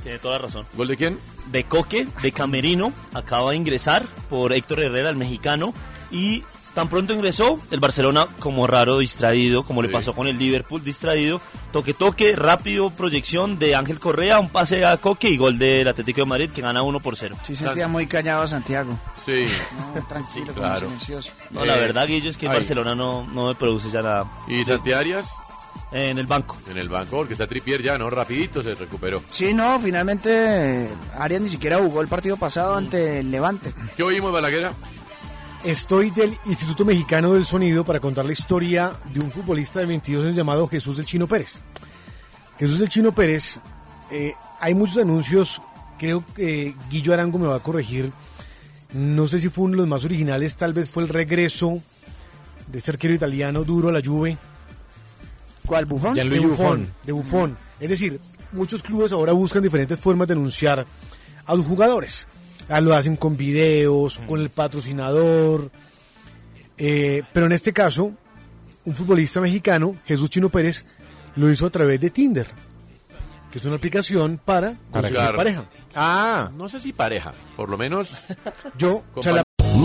tiene toda razón.
¿Gol de quién?
De Coque, de Camerino, acaba de ingresar por Héctor Herrera, el mexicano, y tan pronto ingresó, el Barcelona como raro, distraído, como le
Sí.
pasó con el Liverpool, distraído, toque-toque, rápido, proyección de Ángel Correa, un pase a Coque y gol del Atlético de Madrid que gana 1 por 0.
Sí, sentía muy callado Santiago.
Sí.
No, tranquilo,
Sí, claro.
como silencioso.
No, la
Eh,
verdad, Guillo, es que el
ay.
Barcelona no, no me produce ya nada
¿Y Santi Arias?
en el banco.
En el banco, porque está Tripier ya, ¿no? Rapidito se recuperó.
Sí, no, finalmente eh, Arias ni siquiera jugó el partido pasado ante el Levante.
¿Qué oímos, Balaguera?
Estoy del Instituto Mexicano del Sonido para contar la historia de un futbolista de 22 años llamado Jesús el Chino Pérez. Jesús el Chino Pérez, eh, hay muchos anuncios, creo que eh, Guillo Arango me va a corregir, no sé si fue uno de los más originales, tal vez fue el regreso de este arquero italiano duro a la Juve,
¿Cuál, Bufón?
Ya-
de
Gianluigi
Buffon,
Buffon.
de Buffon. Es decir, muchos clubes ahora buscan diferentes formas de anunciar a los jugadores. Ah, Lo hacen con videos, con el patrocinador. Eh, pero en este caso, un futbolista mexicano, Jesús Chino Pérez, lo hizo a través de Tinder, que es una aplicación para
Buscar.
conseguir pareja.
Ah,
No sé si pareja, por lo menos.
Yo, o sea, la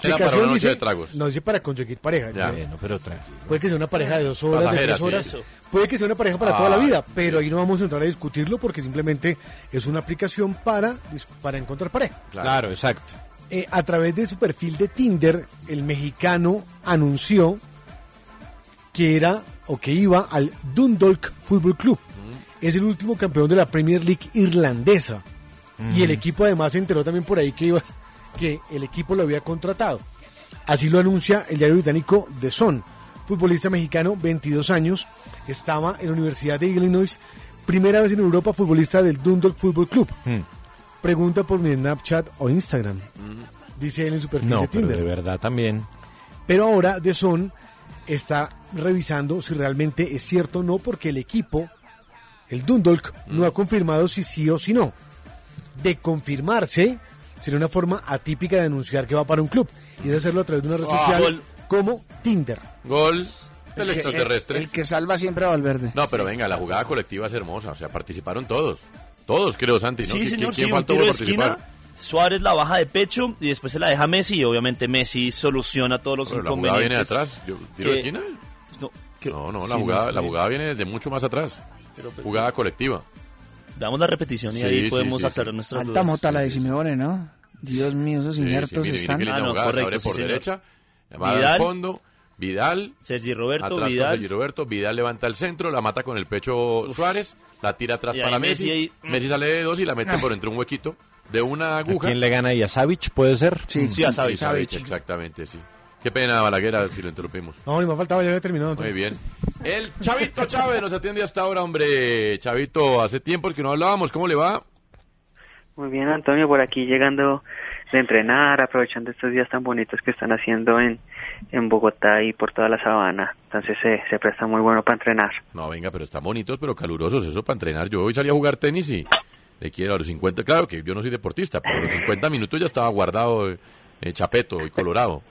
Era para
Aplicación
una noche
dice-
de tragos.
No dice para conseguir pareja.
Ya.
Bueno, pero Puede que sea una pareja de dos horas,
Pasajera,
de tres horas.
sí.
Puede que sea una pareja para toda la
Ah,
vida, pero ahí no vamos a entrar a discutirlo porque simplemente es una aplicación para, dis- para encontrar pareja.
Claro, exacto.
Eh, a través de su perfil de Tinder, el mexicano anunció que era o que iba al Dundalk Football Club.
Mm.
Es el último campeón de la Premier League irlandesa. Y el equipo además se enteró también por ahí que iba, que el equipo lo había contratado. Así lo anuncia el diario británico The Sun. Futbolista mexicano, 22 años, estaba en la Universidad de Illinois, primera vez en Europa futbolista del Dundalk Football Club.
Hmm.
Pregunta por mi Snapchat o Instagram.
Mm.
Dice él en su perfil
No,
de
pero
Tinder.
de verdad también.
Pero ahora The Sun está revisando si realmente es cierto o no, porque el equipo, el Dundalk, no ha confirmado si sí o si no. De confirmarse, sería una forma atípica de anunciar que va para un club y de hacerlo a través de una red
Ah,
social
gol.
como Tinder.
Gol del
que-
extraterrestre.
el- el que salva siempre a Valverde.
No, pero venga, la jugada colectiva es hermosa. O sea, participaron todos. Todos, creo, Santi. ¿no?
Sí,
¿Qui-
señor,
¿Quién
sí, un
faltó
tiro
por
de
participar?
esquina. Suárez la baja de pecho y después se la deja a Messi y obviamente Messi soluciona todos los
Pero la jugada viene de
inconvenientes.
atrás. Yo- ¿Tiro de
que-
esquina?
No,
No, no,
sí,
la
no
jugada,
sé.
la jugada viene desde mucho más atrás. Jugada colectiva.
Damos la repetición y
Sí,
ahí
sí,
podemos
sí,
aclarar
sí.
nuestras
Alta
dudas.
mota la de Simeone, ¿no? Dios mío, esos
Sí, sí,
injertos
mire, mire
están...
qué linda
Ah, no,
jugada, se abre
correcto, sí,
por
señor.
derecha, va al
Vidal.
fondo, Vidal,
Sergi Roberto,
atrás con
Vidal.
Sergi Roberto, Vidal levanta al centro, la mata con el pecho Suárez, la tira atrás
Y ahí
para
Messi,
Messi,
ahí- mm.
Messi sale de dos y la mete
Ah.
por entre un huequito de una
¿A
aguja.
quién le gana ahí? ¿A Savic puede ser? Mm.
Sí, a Savic.
Y Savic, exactamente, sí. Qué pena, Balaguer, si lo interrumpimos.
No, y me faltaba, ya había terminado.
Muy bien. El Chavito Chávez nos atiende hasta ahora, hombre. Chavito, hace tiempo que no hablábamos, ¿cómo le va?
Muy bien, Antonio, por aquí llegando de entrenar, aprovechando estos días tan bonitos que están haciendo en, en Bogotá y por toda la sabana. Entonces se, se presta muy bueno para entrenar.
No, venga, pero están bonitos, pero calurosos, eso para entrenar. Yo hoy salí a jugar tenis y le quiero a los 50, claro que yo no soy deportista, pero a los 50 minutos ya estaba guardado eh, eh, chapeto y colorado.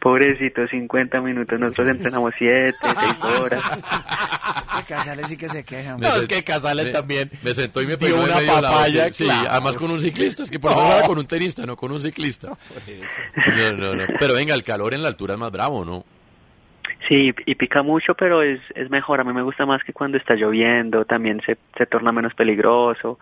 Pobrecito, 50 minutos, nosotros entrenamos 7, 6 horas.
Ah, Casales sí que se queja.
Me
hombre.
sen- me- Me sentó y me
dio
pegó
una papaya,
sí,
claro.
además con un ciclista, es que por favor era con un tenista, no con un ciclista. No, no, no. Pero venga, el calor en la altura es más bravo, ¿no?
Sí, y pica mucho, pero es, es mejor. A mí me gusta más que cuando está lloviendo, también se, se torna menos peligroso.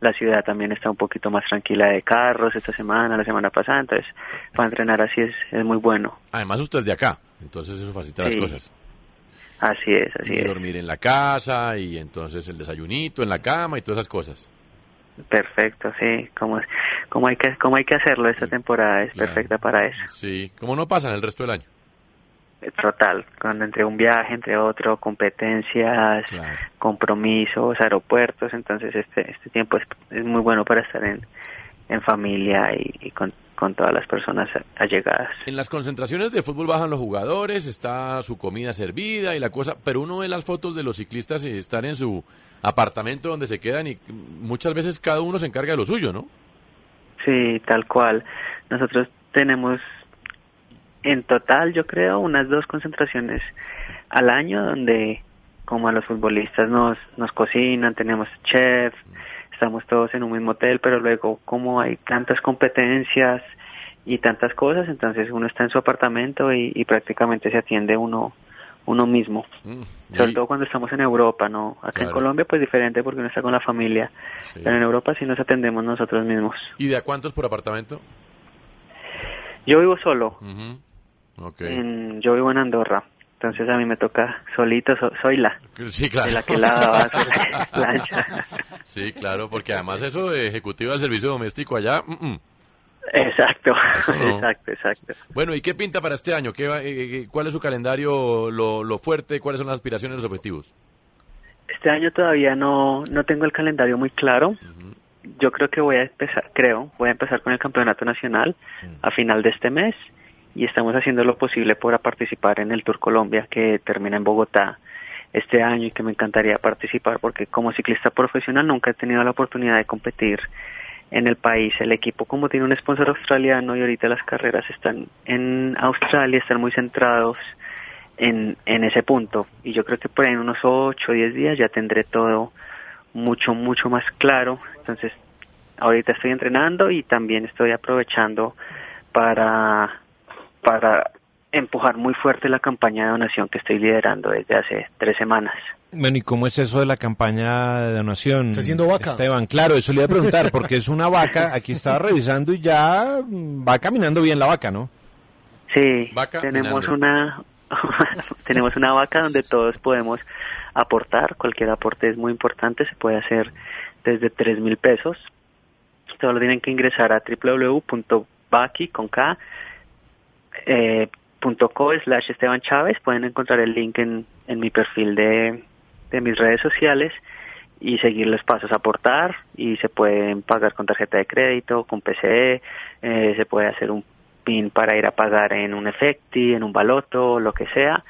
La ciudad también está un poquito más tranquila de carros esta semana, la semana pasada. Entonces, para entrenar así es, es muy bueno.
Además usted es de acá, entonces eso facilita
Sí.
las cosas.
Así es, así
y
es.
dormir en la casa y entonces el desayunito en la cama y todas esas cosas.
Perfecto, sí, como, como, hay, que, como hay que hacerlo esta temporada, es perfecta para eso.
Sí, como no pasan el resto del año.
Total, cuando entre un viaje, entre otro, competencias, compromisos, aeropuertos, entonces este, este tiempo es, es muy bueno para estar en, en familia y, y con, con todas las personas allegadas.
En las concentraciones de fútbol bajan los jugadores, está su comida servida y la cosa, pero uno ve las fotos de los ciclistas y están en su apartamento donde se quedan y muchas veces cada uno se encarga de lo suyo, ¿no?
Sí, tal cual. Nosotros tenemos en total, yo creo, unas dos concentraciones al año donde como a los futbolistas nos nos cocinan, tenemos chef, estamos todos en un mismo hotel, pero luego como hay tantas competencias y tantas cosas, entonces uno está en su apartamento y, y prácticamente se atiende uno uno mismo.
Mm.
Sobre todo cuando estamos en Europa, ¿no? Acá en
Claro.
Colombia pues diferente porque uno está con la familia, pero en Europa sí nos atendemos nosotros mismos.
¿Y de a cuántos por apartamento?
Yo vivo solo.
Ok.
En- yo vivo en Andorra. Entonces a mí me toca solito, so- soy la.
Sí, claro.
De la que lava, soy la que plancha.
Sí, claro, porque además eso de ejecutivo del servicio doméstico allá. mm, mm.
Exacto,
Eso no.
exacto, exacto.
Bueno, ¿y qué pinta para este año? ¿Qué va- eh, eh, ¿Cuál es su calendario, lo, lo fuerte? ¿Cuáles son las aspiraciones, los objetivos?
Este año todavía no, no tengo el calendario muy claro. Yo creo que voy a empezar, creo, voy a empezar con el campeonato nacional a final de este mes y estamos haciendo lo posible por participar en el Tour Colombia que termina en Bogotá este año y que me encantaría participar porque como ciclista profesional nunca he tenido la oportunidad de competir en el país. El equipo como tiene un sponsor australiano y ahorita las carreras están en Australia, están muy centrados en, en ese punto y yo creo que por ahí en unos 8 o 10 días ya tendré todo mucho, mucho más claro. Entonces ahorita estoy entrenando y también estoy aprovechando para, para empujar muy fuerte la campaña de donación que estoy liderando desde hace tres semanas.
Bueno, ¿y cómo es eso de la campaña de donación?
Está haciendo vaca.
Esteban, claro, eso le iba a preguntar, porque es una vaca, aquí estaba revisando y ya mm, va caminando bien la vaca, ¿no?
Sí,
Vaca
tenemos
Minando.
una tenemos una vaca donde todos podemos aportar, cualquier aporte es muy importante, se puede hacer desde tres mil pesos. Solo tienen que ingresar a www.baki con K, eh, punto co slash Esteban Chávez, pueden encontrar el link en, en mi perfil de, de mis redes sociales y seguir los pasos, aportar y se pueden pagar con tarjeta de crédito, con PCE, eh, se puede hacer un PIN para ir a pagar en un Efecti, en un Baloto, lo que sea.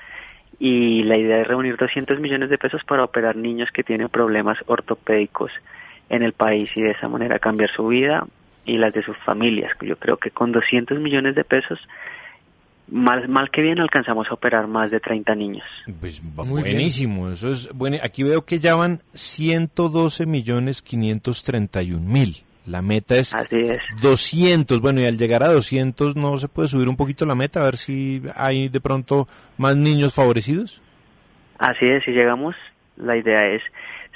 Y la idea es reunir 200 millones de pesos para operar niños que tienen problemas ortopédicos en el país y de esa manera cambiar su vida y las de sus familias. Yo creo que con 200 millones de pesos, mal, mal que bien, alcanzamos a operar más de 30 niños.
Pues va- buenísimo, eso es bueno. Aquí veo que ya van 112 millones 531 mil. La meta es, 200. Bueno, y al llegar a 200 no se puede subir un poquito la meta a ver si hay de pronto más niños favorecidos.
Así es, si llegamos, la idea es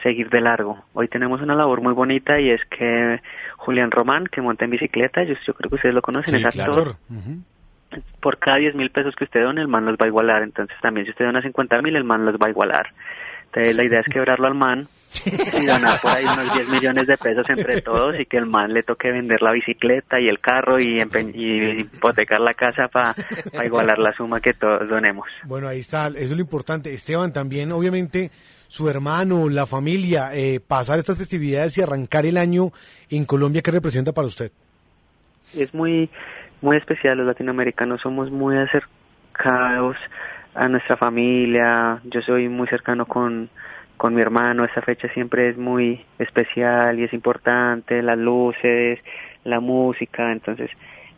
seguir de largo. Hoy tenemos una labor muy bonita y es que Julián Román, que monta en bicicleta, yo, yo creo que ustedes lo conocen, es actor. Por cada 10 mil pesos que usted done, el man los va a igualar. Entonces también si usted dona 50 mil, el man los va a igualar. Entonces la idea es quebrarlo al man y donar por ahí unos 10 millones de pesos entre todos y que el man le toque vender la bicicleta y el carro y, empe- y hipotecar la casa para igualar la suma que todos donemos.
Bueno, ahí está, eso es lo importante. Esteban, también obviamente su hermano, la familia, eh, pasar estas festividades y arrancar el año en Colombia, ¿qué representa para usted?
es muy muy especial los latinoamericanos somos muy acercados a nuestra familia yo soy muy cercano con con mi hermano esa fecha siempre es muy especial y es importante las luces la música entonces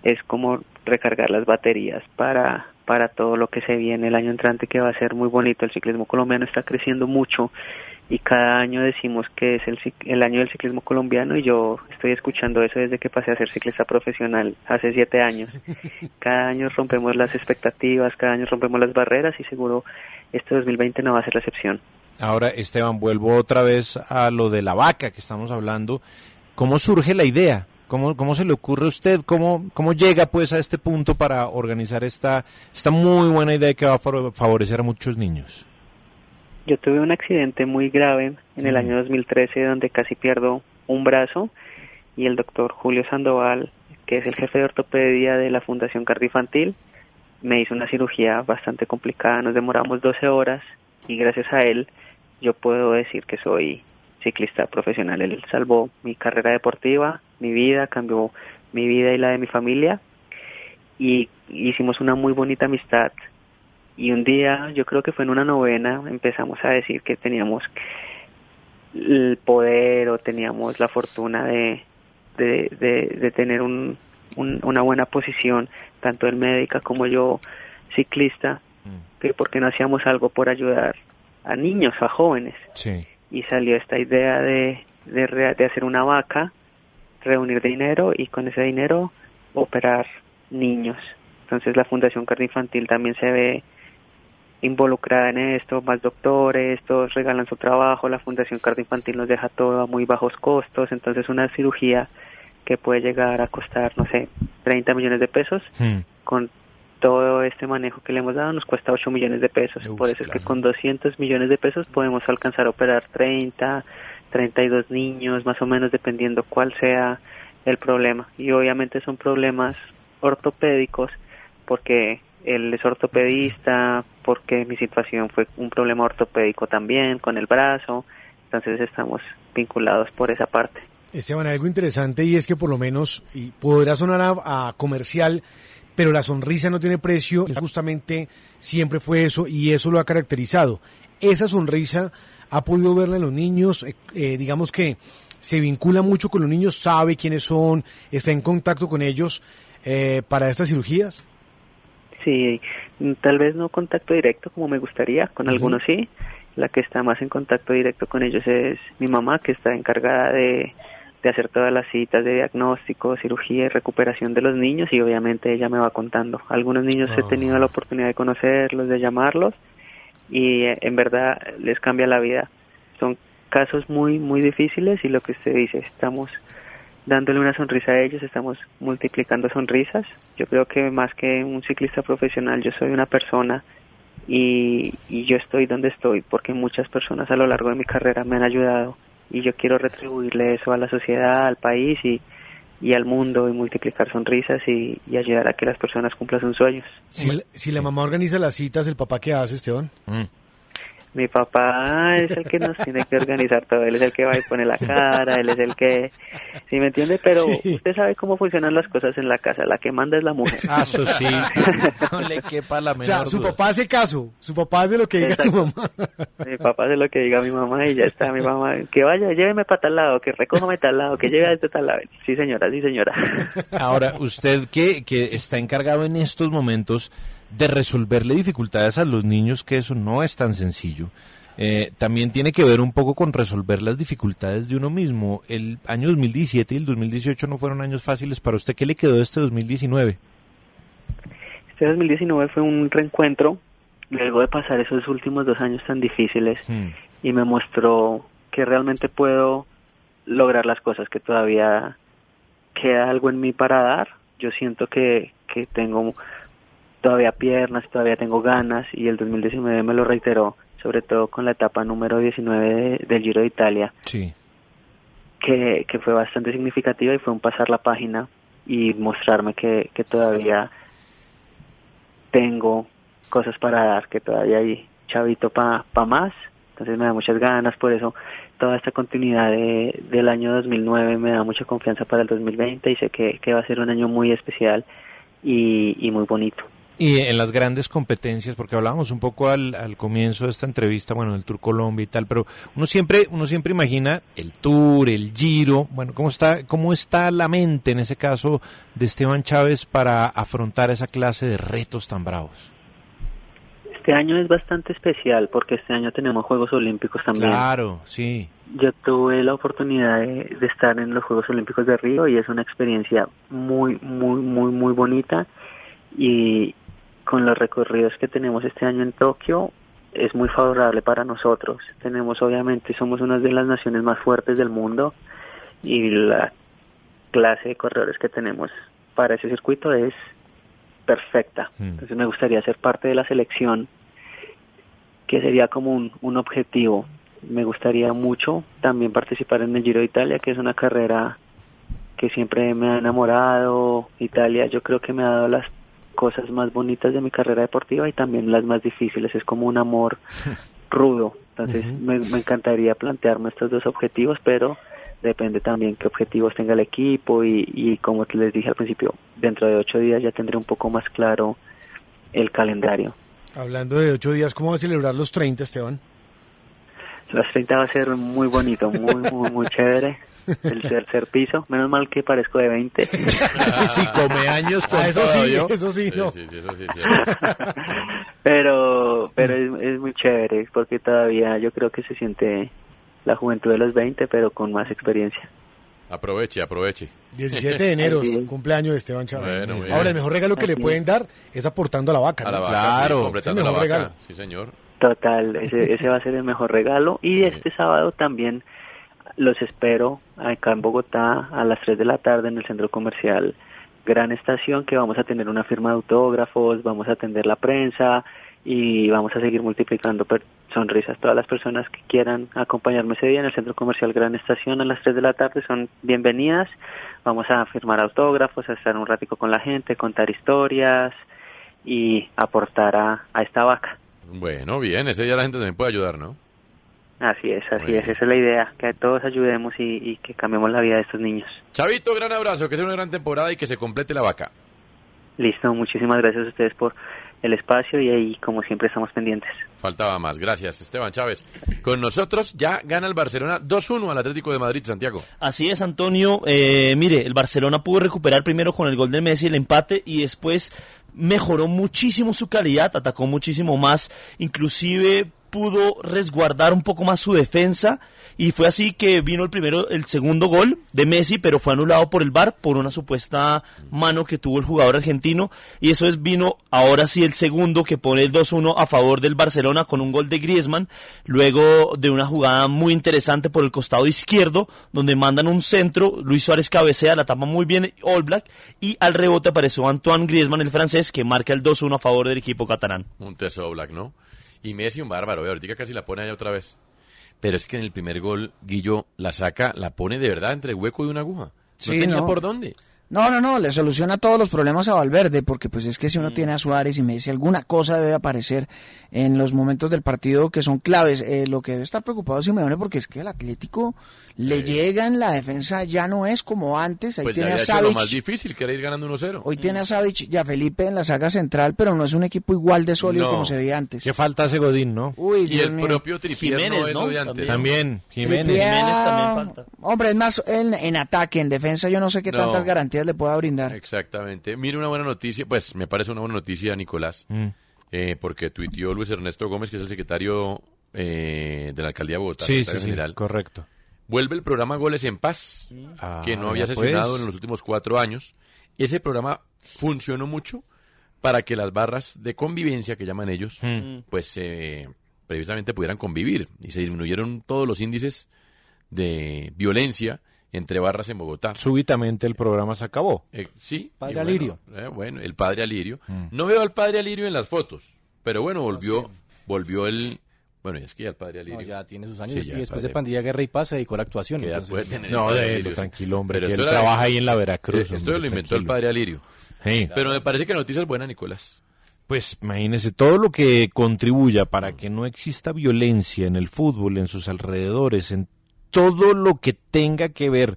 es como recargar las baterías para para todo lo que se viene el año entrante que va a ser muy bonito el ciclismo colombiano está creciendo mucho y cada año decimos que es el, cic- el año del ciclismo colombiano y yo estoy escuchando eso desde que pasé a ser ciclista profesional hace siete años. Cada año rompemos las expectativas, cada año rompemos las barreras y seguro este 2020 no va a ser la excepción.
Ahora, Esteban, vuelvo otra vez a lo de la vaca que estamos hablando. ¿Cómo surge la idea? ¿Cómo, cómo se le ocurre a usted? ¿Cómo, ¿Cómo llega pues a este punto para organizar esta, esta muy buena idea que va a fa- favorecer a muchos niños?
Yo tuve un accidente muy grave en el año 2013 donde casi pierdo un brazo y el doctor Julio Sandoval, que es el jefe de ortopedia de la Fundación Cardioinfantil, me hizo una cirugía bastante complicada, nos demoramos 12 horas y gracias a él yo puedo decir que soy ciclista profesional. Él salvó mi carrera deportiva, mi vida, cambió mi vida y la de mi familia y hicimos una muy bonita amistad y un día, yo creo que fue en una novena, empezamos a decir que teníamos el poder o teníamos la fortuna de, de, de- de tener un- un- una buena posición, tanto el médica como yo, ciclista, que porque no hacíamos algo por ayudar a niños, a jóvenes.
Sí.
Y salió esta idea de, de, re- de hacer una vaca, reunir dinero y con ese dinero operar niños. Entonces la Fundación Cardioinfantil también se ve involucrada en esto, más doctores, todos regalan su trabajo, la Fundación Cardioinfantil nos deja todo a muy bajos costos, entonces una cirugía que puede llegar a costar, no sé, 30 millones de pesos, con todo este manejo que le hemos dado nos cuesta 8 millones de pesos, por eso es que con 200 millones de pesos podemos alcanzar a operar 30, 32 niños, más o menos dependiendo cuál sea el problema. Y obviamente son problemas ortopédicos porque él es ortopedista, porque mi situación fue un problema ortopédico también con el brazo, entonces estamos vinculados por esa parte.
Esteban, algo interesante y es que por lo menos, y podrá sonar a, a comercial, pero la sonrisa no tiene precio. Justamente siempre fue eso y eso lo ha caracterizado. Esa sonrisa ha podido verla en los niños, eh, eh, digamos que se vincula mucho con los niños, sabe quiénes son, está en contacto con ellos eh, para estas cirugías.
Sí, tal vez no contacto directo como me gustaría, con algunos sí. La que está más en contacto directo con ellos es mi mamá, que está encargada de, de hacer todas las citas de diagnóstico, cirugía y recuperación de los niños y obviamente ella me va contando. Algunos niños he
Ah.
tenido la oportunidad de conocerlos, de llamarlos y eh, en verdad les cambia la vida. Son casos muy, muy difíciles y lo que usted dice, estamos dándole una sonrisa a ellos, estamos multiplicando sonrisas. Yo creo que más que un ciclista profesional, yo soy una persona y, y yo estoy donde estoy porque muchas personas a lo largo de mi carrera me han ayudado y yo quiero retribuirle eso a la sociedad, al país y, y al mundo y multiplicar sonrisas y, y ayudar a que las personas cumplan sus sueños.
Si, la- si la mamá organiza las citas, ¿el papá qué hace, Esteban?
Mi papá es el que nos tiene que organizar todo, él es el que va y pone la cara, él es el que... ¿Sí me entiende? Pero usted sabe cómo funcionan las cosas en la casa, la que manda es la mujer.
Ah, eso sí. No le quepa la
O
menor
sea, su
duda.
papá hace caso, su papá hace lo que diga su mamá.
Mi papá hace lo que diga mi mamá y ya está, mi mamá, que vaya, lléveme para tal lado, que recójame tal lado, que lleve a este tal lado. Sí señora, sí señora.
Ahora, usted que, que está encargado en estos momentos de resolverle dificultades a los niños, que eso no es tan sencillo, eh, también tiene que ver un poco con resolver las dificultades de uno mismo. El año 2017 y el 2018 no fueron años fáciles para usted. ¿Qué le quedó de este 2019?
Este 2019 fue un reencuentro luego de pasar esos últimos dos años tan difíciles y me mostró que realmente puedo lograr las cosas, que todavía queda algo en mí para dar. Yo siento que, que tengo todavía piernas, todavía tengo ganas y el 2019 me lo reiteró, sobre todo con la etapa número 19 de- del Giro de Italia,
Sí.
que, que fue bastante significativa y fue un pasar la página y mostrarme que, que todavía tengo cosas para dar, que todavía hay chavito para pa más. Entonces me da muchas ganas, por eso toda esta continuidad de- del año 2009 me da mucha confianza para el 2020 y sé que, que va a ser un año muy especial y, y muy bonito.
Y en las grandes competencias, porque hablábamos un poco al, al comienzo de esta entrevista, bueno, del Tour Colombia y tal, pero uno siempre, uno siempre imagina el Tour, el Giro, bueno, ¿cómo está, cómo está la mente en ese caso de Esteban Chávez para afrontar esa clase de retos tan bravos?
Este año es bastante especial porque este año tenemos Juegos Olímpicos también.
Claro, sí.
Yo tuve la oportunidad de, de estar en los Juegos Olímpicos de Río y es una experiencia muy, muy, muy, muy bonita y con los recorridos que tenemos este año en Tokio es muy favorable para nosotros. Tenemos, obviamente, somos una de las naciones más fuertes del mundo y la clase de corredores que tenemos para ese circuito es perfecta. Entonces me gustaría ser parte de la selección, que sería como un, un objetivo. Me gustaría mucho también participar en el Giro de Italia, que es una carrera que siempre me ha enamorado. Italia yo creo que me ha dado las cosas más bonitas de mi carrera deportiva y también las más difíciles. Es como un amor rudo. Entonces
Ujú.
me, me encantaría plantearme estos dos objetivos, pero depende también qué objetivos tenga el equipo y, y como les dije al principio, dentro de ocho días ya tendré un poco más claro el calendario.
Hablando de ocho días, ¿cómo va a celebrar los 30, Esteban?
Los 30 va a ser muy bonito, muy, muy, muy chévere. El tercer piso, menos mal que parezco de 20.
Si come años con
Ah, eso
todo,
sí,
¿yo?
eso sí, no.
pero pero es, es muy chévere porque todavía yo creo que se siente la juventud de los 20, pero con más experiencia.
Aproveche, aproveche.
17 de enero, cumpleaños de Esteban Chávez.
Bueno, muy bien.
Ahora, el mejor regalo que le
Así
pueden dar es aportando a la vaca.
A la
¿no?
vaca, sí,
es el
completando la
mejor
vaca.
regalo.
Sí, señor.
Total, ese, ese va a ser el mejor regalo. Y este sábado también los espero acá en Bogotá a las 3 de la tarde en el centro comercial Gran Estación, que vamos a tener una firma de autógrafos, vamos a atender la prensa y vamos a seguir multiplicando per- sonrisas. Todas las personas que quieran acompañarme ese día en el centro comercial Gran Estación a las 3 de la tarde son bienvenidas. Vamos a firmar autógrafos, a estar un ratico con la gente, contar historias y aportar a, a esta vaca.
Bueno, bien, ese día la gente también puede ayudar, ¿no?
Así es, así
Bueno.
es, esa es la idea, que todos ayudemos y, y que cambiemos la vida de estos niños.
Chavito, gran abrazo, que sea una gran temporada y que se complete la vaca.
Listo, muchísimas gracias a ustedes por el espacio y ahí como siempre estamos pendientes.
Faltaba más. Gracias, Esteban Chávez. Con nosotros ya gana el Barcelona 2-1 al Atlético de Madrid, Santiago.
Así es, Antonio. Eh, mire, el Barcelona pudo recuperar primero con el gol de Messi el empate y después mejoró muchísimo su calidad, atacó muchísimo más, inclusive pudo resguardar un poco más su defensa y fue así que vino el primero el segundo gol de Messi pero fue anulado por el VAR por una supuesta mano que tuvo el jugador argentino y eso es vino ahora sí el segundo que pone el 2-1 a favor del Barcelona con un gol de Griezmann luego de una jugada muy interesante por el costado izquierdo donde mandan un centro Luis Suárez cabecea la tapa muy bien All Black y al rebote apareció Antoine Griezmann el francés que marca el 2-1 a favor del equipo catalán
Un teso Black, ¿no? Y Messi un bárbaro, eh, ahorita casi la pone allá otra vez. Pero es que en el primer gol, Guillo la saca, la pone de verdad entre el hueco de una aguja. No
Sí,
tenía
no.
por dónde.
No, no, no, le soluciona todos los problemas a Valverde, porque pues es que
Mm.
si uno tiene a Suárez y Messi, alguna cosa debe aparecer en los momentos del partido que son claves. Eh, lo que debe estar preocupado Simeone, porque es que el Atlético le llega en la defensa, ya no es como antes, ahí
Pues le
tiene a
había hecho lo
Savic,
más difícil, que era ir ganando 1-0.
hoy tiene a Savic y a Felipe en la saga central, pero no es un equipo igual de sólido
No.
como se veía antes.
Qué falta hace Godín, ¿no?
Uy,
Y
Dios
el
mío.
propio Tripier
Jiménez,
no es
¿no?
lo de antes.
También, Jiménez.
Tripié, Hombre, es más en, en ataque, en defensa, yo no sé qué
No.
tantas garantías le pueda brindar.
Exactamente. Mira una buena noticia, pues me parece una buena noticia, Nicolás,
Mm.
eh, porque tuiteó Luis Ernesto Gómez, que es el secretario eh, de la alcaldía de Bogotá,
Sí, sí,
secretario
sí,
general.
correcto.
Vuelve el programa Goles en Paz, que no había
pues.
sesionado en los últimos cuatro años. Ese programa funcionó mucho para que las barras de convivencia, que llaman ellos,
Mm.
pues eh, precisamente pudieran convivir. Y se disminuyeron todos los índices de violencia entre barras en Bogotá.
Súbitamente el programa se acabó.
Eh, sí.
Padre
y bueno,
Alirio.
eh, bueno, el padre Alirio.
Mm.
No veo al padre Alirio en las fotos, pero bueno, volvió, volvió el... Bueno, es que ya el padre Alirio...
No, ya tiene sus
Sí,
años.
ya
y
el
después
padre
de Pandilla Guerra y Paz se dedicó a la actuación.
que ya
entonces-
puede tener
No,
el padre
déjelo,
Alirio.
tranquilo, hombre, que
esto
él
era-
trabaja ahí en la Veracruz,
Eh, Esto
hombre,
lo inventó el
tranquilo.
padre Alirio.
Sí.
Pero me parece que la noticia es buena, Nicolás.
Pues imagínese todo lo que contribuya para
Mm.
que no exista violencia en el fútbol, en sus alrededores, en todo lo que tenga que ver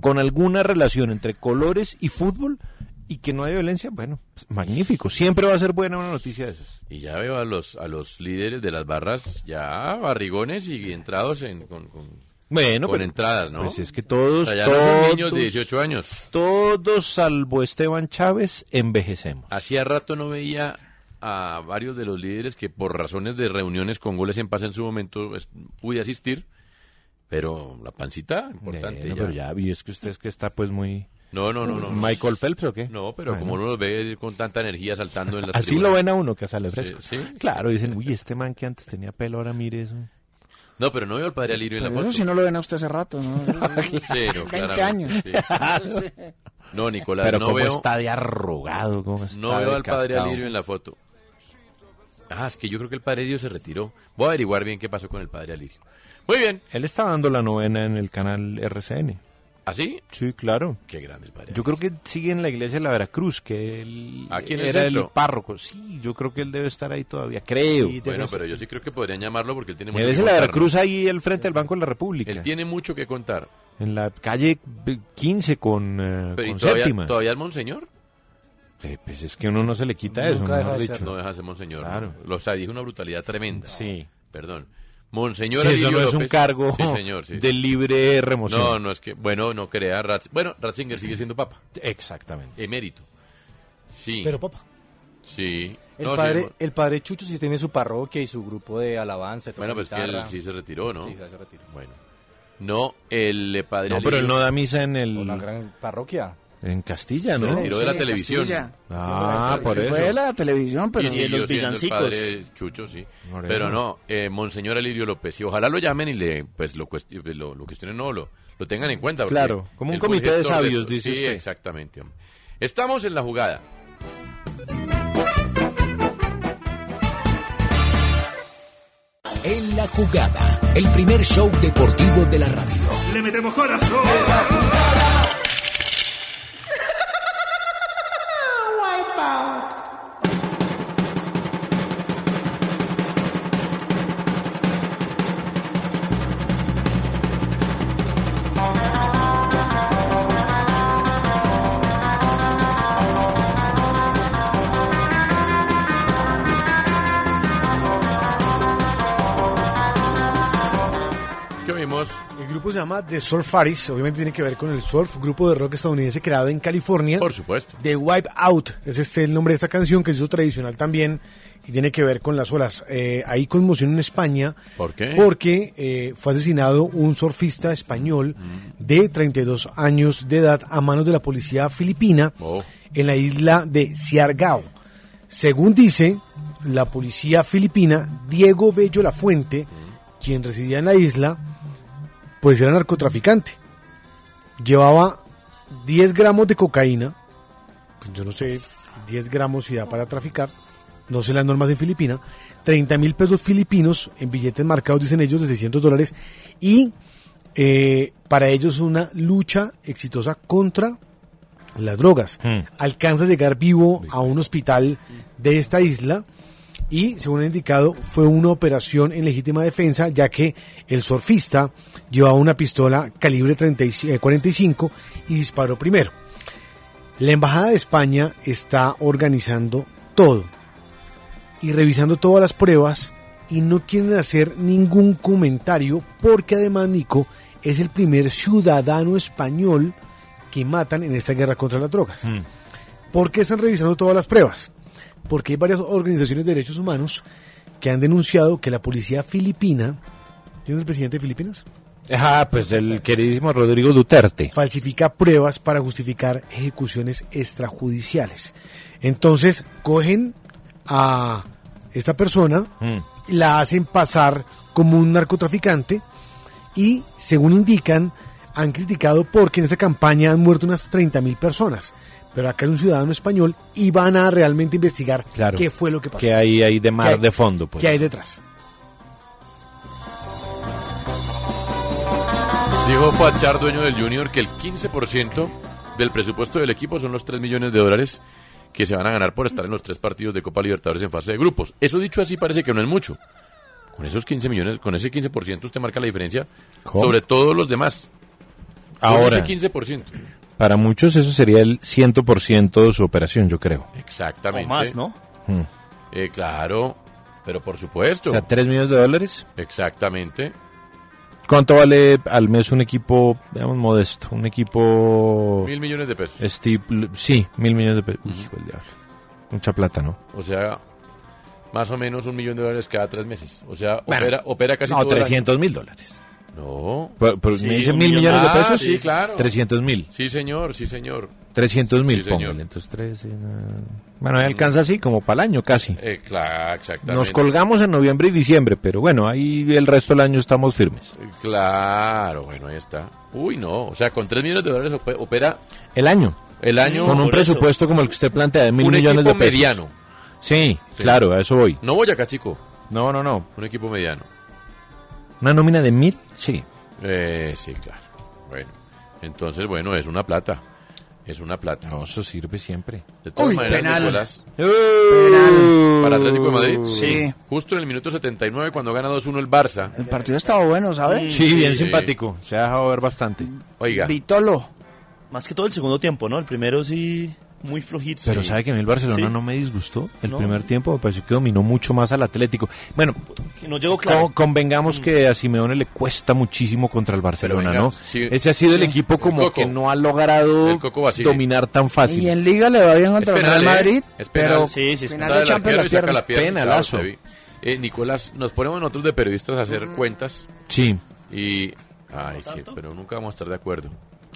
con alguna relación entre colores y fútbol y que no haya violencia, bueno, pues, magnífico. Siempre va a ser buena una noticia de esas.
Y ya veo a los, a los líderes de las barras ya barrigones y entrados en, con, con-
Bueno,
con
pero-
entradas, ¿no?
pues es que todos,
O sea, ya no son
todos,
niños de 18 años.
todos salvo Esteban Chávez envejecemos.
Hacía rato no veía a varios de los líderes que por razones de reuniones con goles en paz en su momento pues, pude asistir, pero la pancita, importante. ya.
Bueno, pero ya vi, es que usted es que está pues muy...
No, no, no, no.
¿Michael Phelps o qué?
No, pero
Bueno.
como uno los ve con tanta energía saltando en las
Así
tribunas.
lo ven a uno que sale fresco.
Sí, sí.
Claro, dicen, uy, este man que antes tenía pelo, ahora mire eso.
No, pero no veo al padre Alirio en la
Pero
foto.
eso si no lo ven a usted hace rato, ¿no?
Sí, no,
20
claramente,
años.
sí. No, Nicolás,
Pero
no
cómo
veo-
está de arrugado, cómo está
No veo
de
al padre
cascado.
Alirio en la foto. Ah, es que yo creo que el padre Alirio se retiró. Voy a averiguar bien qué pasó con el padre Alirio. Muy bien.
Él está dando la novena en el canal RCN.
¿Ah, sí?
Sí, claro.
Qué grande el padre.
Yo creo que sigue en la iglesia de la Veracruz, que él
Aquí en el
era el,
centro.
párroco. Sí, yo creo que él debe estar ahí todavía, creo.
bueno, pero yo sí creo que podrían llamarlo porque él tiene mucho que
Iglesia de la
contar, ¿no?
Veracruz ahí al frente del Banco de la República.
Él tiene mucho que contar.
En la calle 15 con, eh,
Pero ¿y
con
todavía,
séptima.
todavía es monseñor?
Eh, pues es que uno no se le quita eso,
Nunca
mejor
deja de
dicho.
ser. No deja de ser monseñor.
Claro.
¿no? Lo- o sea, dijo una brutalidad tremenda.
Sí.
Perdón. Monseñor
Sí, eso
Alirio
no es un
López.
cargo
Sí, señor, sí,
de
sí.
libre remoción.
No, no es que... Bueno, no crea. Ratz- bueno, Ratzinger sigue siendo papa.
Exactamente.
Emérito. Sí.
Pero papa.
Sí.
El,
No, sí,
padre,
bueno.
el padre Chucho sí tiene su parroquia y su grupo de alabanza. toca
Bueno, pues que él
guitarra.
sí se retiró, ¿no?
Sí, ya se retiró.
Bueno. No, el eh, padre
No, pero él
Alirio
no da misa en el...
La gran parroquia.
En Castilla,
Se
¿no?
retiró de la Sí, televisión. Castilla.
Ah,
Sí,
por
fue
eso.
de
la televisión,
Y siguió siendo el padre Chucho, sí.
Moreno.
Pero no, eh, Monseñor Alirio López. Y ojalá lo llamen y le, pues, lo, cuesti- lo, lo cuestionen, no, lo, lo tengan en cuenta. porque
Claro, como un
él fue
comité de
gestor
sabios,
eso.
dice
sí,
usted.
exactamente. hombre. Estamos en la jugada.
En la jugada, el primer show deportivo de la radio.
Le metemos corazón.
tenemos?
El grupo se llama The Surfaris, obviamente tiene que ver con el surf, grupo de rock estadounidense creado en California. Por
supuesto.
The Wipe Out, es este el nombre de esta canción que se hizo tradicional también y tiene que ver con las olas. Eh, hay conmoción en España
¿Por qué?
porque eh, fue asesinado un surfista español de 32 años de edad a manos de la policía filipina en la isla de Siargao. Según dice la policía filipina, Diego Bello La Fuente, quien residía en la isla, pues era narcotraficante. Llevaba 10 gramos de cocaína, pues yo no sé, 10 gramos si da para traficar, no sé las normas en Filipina, 30 mil pesos filipinos en billetes marcados, dicen ellos, de 600 dólares, y eh, para ellos una lucha exitosa contra las drogas. Alcanza a llegar vivo a un hospital de esta isla y, según han indicado, fue una operación en legítima defensa, ya que el surfista llevaba una pistola calibre 30 y- eh, 45 y disparó primero. La Embajada de España está organizando todo y revisando todas las pruebas y no quieren hacer ningún comentario porque además Nico es el primer ciudadano español que matan en esta guerra contra las drogas. ¿Por qué están revisando todas las pruebas? Porque hay varias organizaciones de derechos humanos que han denunciado que la policía filipina, ¿tienes el presidente de Filipinas?
Ah, pues el queridísimo Rodrigo Duterte.
Falsifica pruebas para justificar ejecuciones extrajudiciales. Entonces, cogen a esta persona,
Mm.
la hacen pasar como un narcotraficante y, según indican, han criticado porque en esta campaña han muerto unas 30.000 personas. Pero acá es un ciudadano español y van a realmente investigar
Claro.
qué fue lo que pasó.
Que hay ahí de
¿Qué
mar
hay-
de fondo, pues.
¿Qué hay detrás?
Dijo Pachar, dueño del Junior, que el 15% del presupuesto del equipo son los 3 millones de dólares que se van a ganar por estar en los tres partidos de Copa Libertadores en fase de grupos. Eso dicho así parece que no es mucho. Con esos 15 millones, con ese 15% usted marca la diferencia
¿Cómo?
sobre todos los demás.
Ahora.
Con ese 15%.
Para muchos eso sería el 100% de su operación, yo creo.
Exactamente.
O más, ¿no?
Mm.
Eh, claro, pero por supuesto.
O sea, 3 millones de dólares.
Exactamente.
¿Cuánto vale al mes un equipo, digamos, modesto? Un equipo...
Mil millones de pesos.
Steve- sí, mil millones de pesos. Uy, hijo del diablo. Mucha plata, ¿no?
O sea, más o menos un millón de dólares cada tres meses. O sea, opera, opera casi
No,
todo el año.
300 mil dólares.
No.
Pero- pero
Sí,
me dicen
un
mil
millón.
millones de
Ah,
pesos.
sí, claro.
300 mil.
Sí, señor, sí, señor.
300 mil,
Sí, señor.
póngale. Entonces, tres, eh, na- Bueno, ahí alcanza así como para el año casi.
Eh, cla- exactamente.
Nos colgamos en noviembre y diciembre, pero bueno, ahí el resto del año estamos firmes.
Eh, Claro, bueno, ahí está. Uy, no. O sea, con tres millones de dólares ope- opera
El año.
El año,
Con un
por eso.
presupuesto como el que usted plantea de mil
un
millones
equipo
de pesos.
mediano.
Sí, claro, a eso voy.
No Boyacá, chico.
No, no, no.
Un equipo mediano.
Una nómina de mil, sí.
Eh, sí, claro. Bueno, entonces, bueno, es una plata. Es una plata.
No, eso sirve siempre.
De todas
Uy,
maneras,
penal.
Nicolás,
¡Uh!
Penal.
para Atlético de Madrid.
Sí.
Justo en el minuto 79, cuando gana 2-1 el Barça.
El partido estaba bueno,
Mm.
¿sabes?
Sí, bien simpático. Se ha dejado ver bastante.
Oiga.
Vitolo.
Más que todo el segundo tiempo, ¿no? El primero sí, muy flojito.
Pero sabe que a mí el Barcelona
Sí.
no me disgustó. El
No.
primer tiempo me pareció que dominó mucho más al Atlético. Bueno,
Que no llegó claro.
con- convengamos que a Simeone le cuesta muchísimo contra el Barcelona,
Mm. venga,
¿no?
sí.
Ese ha sido el
Sí.
equipo
El
como
Coco.
que no ha logrado
El Coco Basile.
dominar tan fácil.
Y en Liga le va bien contra el Real
¿eh?
Madrid, pero final de Champions la pierna.
Penalazo.
Eh, Nicolás, nos ponemos nosotros de periodistas a
Mm.
hacer cuentas.
Sí.
Y. Ay, sí, pero nunca vamos a estar de acuerdo.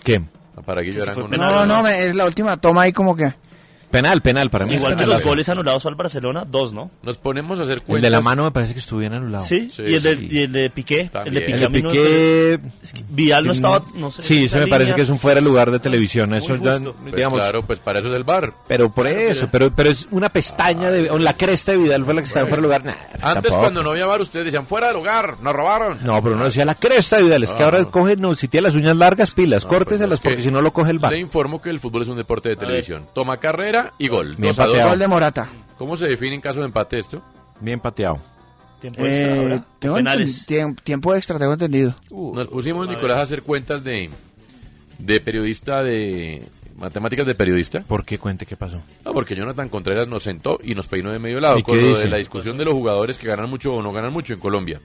¿Qué?
Para Guillo
se fue
Arango,
No, no, me- es la última toma ahí como que...
Penal, penal para mí.
Igual
es
que
penal.
los goles anulados al Barcelona, dos, ¿no?
Nos ponemos a hacer
El
cuentas.
de la mano me parece que estuvo bien anulado.
Sí, y, el de, y el de Piqué.
También.
El de
El
Piqué,
de
a mí no me
Piqué-
parece- es que Vidal no estaba, no sé. en
Sí,
esa
se me parece
línea.
que es un fuera de lugar de televisión. Eso ya,
justo.
Pues
digamos,
claro, pues para eso es el bar.
Pero por eso, pero, pero es una pestaña de o la cresta de Vidal fue la que estaba fuera de lugar. Nah,
Pues, Antes,
pues tampoco.
cuando no había bar, ustedes decían fuera del hogar, nos robaron.
No, pero no decía la cresta de Vidal, es que
Ah,
ahora
no.
cogen, no, si tiene las uñas largas, pilas,
Pues
córteselas
es que
porque si no lo coge el bar.
Le informo que el fútbol es un deporte de televisión. Toma carrera y gol.
Bien
Dos a dos.
pateado.
Gol de Morata.
¿Cómo se define en caso de empate esto?
Bien pateado.
Tiempo extra,
Eh,
¿verdad?
tengo
pues, Penales.
enten- tiemp- tiempo extra, tengo entendido.
Nos pusimos, Nicolás, a hacer cuentas de, de periodista, de matemáticas de periodista.
¿Por qué cuente qué pasó?
No, porque Jonathan Contreras nos sentó y nos peinó de medio lado
¿Y
con
qué
lo de
dice?
la discusión de los jugadores que ganan mucho o no ganan mucho en Colombia.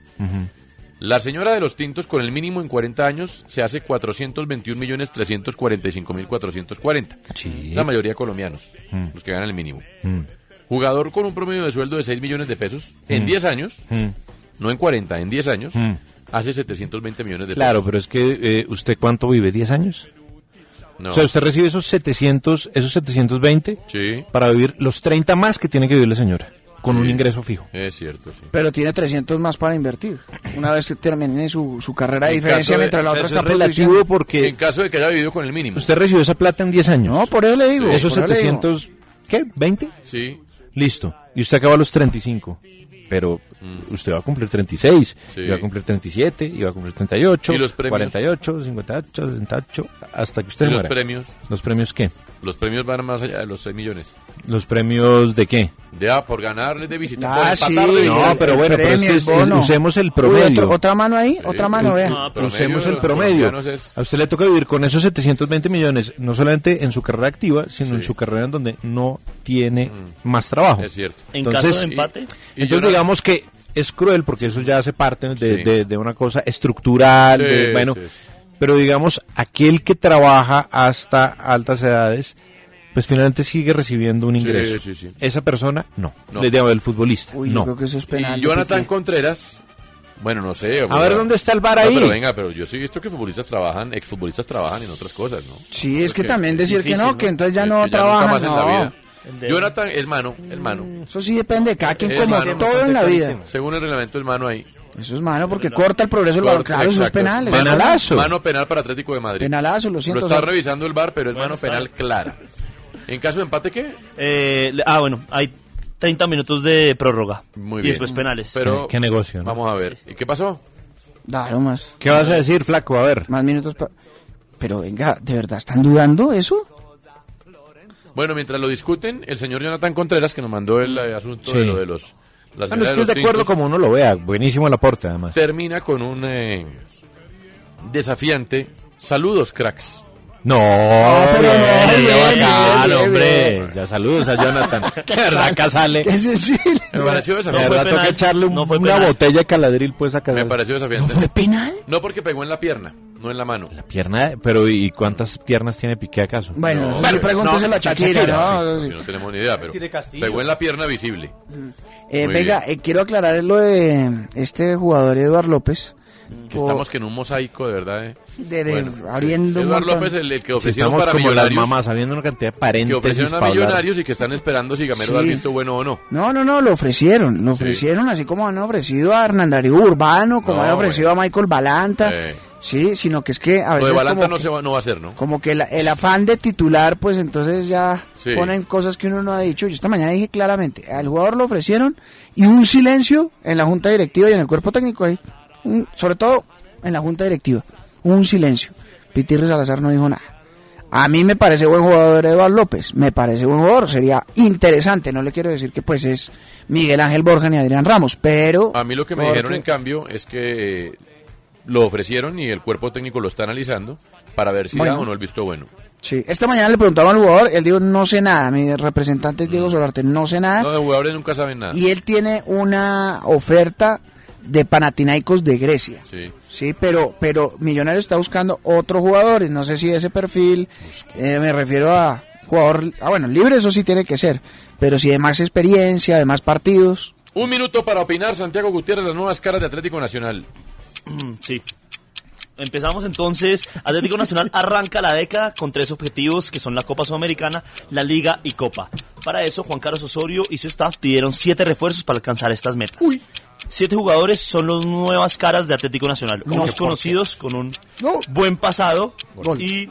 La señora de los tintos con el mínimo en 40 años se hace 421.345.440. La mayoría colombianos,
Mm.
los que ganan el mínimo. Jugador con un promedio de sueldo de 6 millones de pesos en
Mm.
10 años,
Mm.
no en 40, en 10 años,
Mm.
hace 720 millones de
Claro,
pesos.
pero es que eh, usted cuánto vive, ¿10 años?
No.
O sea, usted recibe esos 700, esos 720
Sí.
para vivir los 30 más que tiene que vivir la señora, con un
Sí.
ingreso fijo.
Es cierto, sí.
Pero tiene 300 más para invertir. Una vez que termine su, su carrera de
En caso
diferencia,
de-
mientras la
o sea,
otra
eso
está
es relativo
produciendo.
porque
En caso de que haya vivido con el mínimo.
Usted recibió esa plata en 10 años. No,
por eso le
digo,
Esos
por eso le digo.
700, ¿qué? ¿20?
Sí.
Listo. Y usted acaba a los 35. Pero usted va a cumplir 36,
Mm. Sí.
y va a cumplir 37, y va a cumplir 38,
¿Y los premios?
48, 58, 68, hasta que usted
¿Y los
muera.
premios?
¿Los premios qué?
Los premios van más allá de los 6 millones.
¿Los premios de qué?
De ah, por ganarles de visita.
Ah,
por
sí,
empatar de
No,
visita.
pero bueno, pero es que es- es- usemos el
Uy,
promedio.
otro- otra mano ahí, otra mano, vea.
Usemos el
los
promedio.
colombianos es-
A usted le toca vivir con esos 720 millones, no solamente en su carrera activa, sino en su carrera en donde no tiene más trabajo.
Mm.
eh,
Es cierto.
En caso de empate.
Y- y yo no-
entonces digamos que es cruel porque eso ya hace parte de,
Sí.
de- de una cosa estructural. de-
Sí,
bueno,
sí,
pero digamos, aquel que trabaja hasta altas edades, pues finalmente sigue recibiendo un
Sí,
ingreso.
sí, sí.
Esa persona, no.
No.
Le llamo el futbolista.
Uy,
no.
yo creo que eso es penal.
Y
yo
Jonathan
creo que-
Contreras. Bueno, no sé.
A ver, ¿dónde está el VAR ahí?
No, pero venga, pero yo sí he visto que futbolistas trabajan, exfutbolistas trabajan en otras cosas, ¿no?
Sí, es que
Porque
también decir
difícil,
que no, que entonces ya
Es
no
que
trabajan,
nunca más en la
no.
vida. Jonathan, el mano, el mano.
Eso sí depende de cada quien,
El
como
mano.
todo en la vida.
Según el reglamento, el mano ahí.
Eso es mano, porque corta el progreso del balón.
Corte,
Claro, eso es
exacto.
penal. eso es
Mano,
penal.
mano penal para Atlético de Madrid.
Penalazo, lo siento,
Lo está
señor.
revisando el VAR, pero es mano
está.
penal clara. En caso de empate, ¿qué?
Eh, le- ah, bueno, hay 30 minutos de prórroga.
Muy
y
bien.
después penales.
Pero
Qué negocio, ¿no?
Vamos a ver. ¿Y qué pasó?
Claro, más.
¿Qué vas a decir, flaco? A ver.
Más minutos pa- Pero venga, ¿de verdad están dudando eso?
Bueno, mientras lo discuten, el señor Jonathan Contreras, que nos mandó el eh, asunto
Sí.
de lo de los... la
Bueno,
señora
es que
los
es de acuerdo
tintos,
como uno lo vea. Buenísimo el aporte, además.
Termina con un eh, desafiante. Saludos, cracks.
Ah, No,
pero
Oh, bien,
bien,
qué
bien,
bacán,
bien,
hombre.
bien.
Ya saludos a Jonathan. De verdad que sale.
Me pareció
De
desafiante.
verdad toca echarle un- una botella de caladril pues a
Me
cada
pareció desafiante. ¿No fue penal? No, porque pegó en la pierna, no en la mano.
pierna. Pero ¿y cuántas piernas tiene Piqué acaso?
Bueno,
No,
eso
pero-
sí, pregúnteselo
no,
a Shakira, ¿no?
sí, no tenemos ni idea, pero
Tiene Castillo.
pegó en la pierna visible.
Eh,
Muy
venga, eh, quiero aclarar lo de este jugador Eduard López.
Que estamos que en un mosaico, de verdad. eh.
De- de-
sí.
abriendo un
Eduardo
montón.
López, el, el que
Si
ofrecieron
estamos
para
como las
millonarios.
mamás, habiendo una cantidad de
que
paréntesis
ofrecieron a
pa' hablar.
millonarios y que están esperando si Gamero
Sí.
da el visto bueno o no.
No, no, no, lo ofrecieron. Lo ofrecieron así como han ofrecido a Hernandario Urbano, como
No,
han ofrecido a Michael Balanta. Sí, sino que es que a
Lo
veces.
de Balanta
como
no,
que-
se va, no va a ser, ¿no?
Como que la- el afán de titular, pues entonces ya
Sí.
ponen cosas que uno no ha dicho. Yo esta mañana dije claramente, al jugador lo ofrecieron y un silencio en la junta directiva y en el cuerpo técnico ahí. Un- sobre todo en la junta directiva. Un silencio. Pitirre Salazar no dijo nada. A mí me parece buen jugador Eduardo López, me parece buen jugador, sería interesante, no le quiero decir que pues es Miguel Ángel Borja ni Adrián Ramos, pero...
A mí lo que me
porque-
dijeron, en cambio, es que eh, lo ofrecieron y el cuerpo técnico lo está analizando para ver si da
Bueno.
o no el visto bueno.
Sí, esta mañana le preguntaban al jugador, él dijo no sé nada, mi representante es Diego Solarte, no sé nada,
Mm. No, los jugadores nunca saben nada.
Ah. Y él tiene una oferta de Panathinaikos de Grecia.
Sí.
Sí, pero, pero Millonarios está buscando otros jugadores. No sé si ese perfil, eh, me refiero a jugador, ah, bueno, libre eso sí tiene que ser, pero si de más experiencia, de más partidos.
Un minuto para opinar, Santiago Gutiérrez, las nuevas caras de Atlético Nacional.
Mm, Sí. Empezamos entonces. Atlético Nacional arranca la década con tres objetivos que son la Copa Sudamericana, la Liga y Copa. Para eso, Juan Carlos Osorio y su staff pidieron siete refuerzos para alcanzar estas metas. Siete jugadores son las nuevas caras de Atlético Nacional.
No,
Unos
¿por qué?
conocidos con un
No.
buen pasado y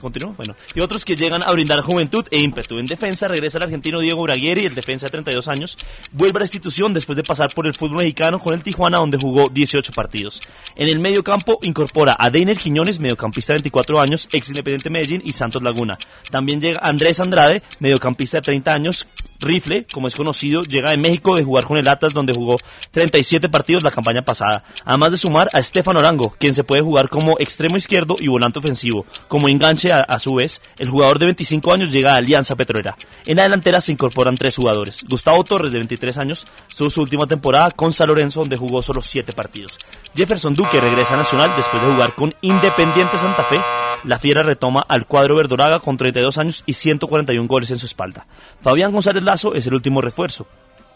Continúa, bueno. Y otros que llegan a brindar juventud e ímpetu. En defensa regresa el argentino Diego Braguieri, el defensa de 32 años. Vuelve a la institución después de pasar por el fútbol mexicano con el Tijuana, donde jugó 18 partidos. En el medio campo incorpora a Deiner Quiñones, mediocampista de 24 años, ex Independiente Medellín y Santos Laguna. También llega Andrés Andrade, mediocampista de 30 años, Rifle, como es conocido, llega de México de jugar con el Atlas, donde jugó 37 partidos la campaña pasada. Además de sumar a Estefan Orango, quien se puede jugar como extremo izquierdo y volante ofensivo. Como enganche, a, a su vez, el jugador de 25 años llega a Alianza Petrolera. En la delantera se incorporan tres jugadores. Gustavo Torres, de 23 años, tuvo su última temporada con San Lorenzo, donde jugó solo 7 partidos. Jefferson Duque regresa a Nacional después de jugar con Independiente Santa Fe. La Fiera retoma al cuadro verdolaga con 32 años y 141 goles en su espalda. Fabián González Lazo es el último refuerzo.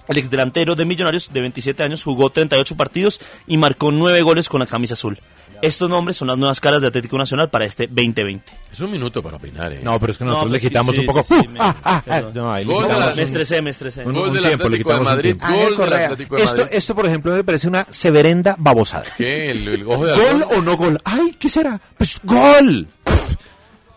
El exdelantero de Millonarios de 27 años jugó 38 partidos y marcó 9 goles con la camisa azul. Estos nombres son las nuevas caras de Atlético Nacional para este 2020.
Es un minuto para opinar, ¿eh?
No, pero es que nosotros
No,
le
pues sí,
quitamos
sí,
un poco.
sí, sí,
¡Uh!
me-
¡Ah! ¡Ah! ah!
perdón.
No, ahí le
Gol de
quitamos
la-
un-
Me estresé, me estresé.
un-
Gol
un
del
tiempo, le
Atlético de
quitamos un
Madrid,
tiempo.
gol del Correa. Atlético de
Esto,
Madrid.
esto, por ejemplo, me parece una severenda babosada.
¿Qué? ¿El, el ojo de
¿Gol
halcón?
o no gol? ¡Ay, qué será! ¡Pues gol!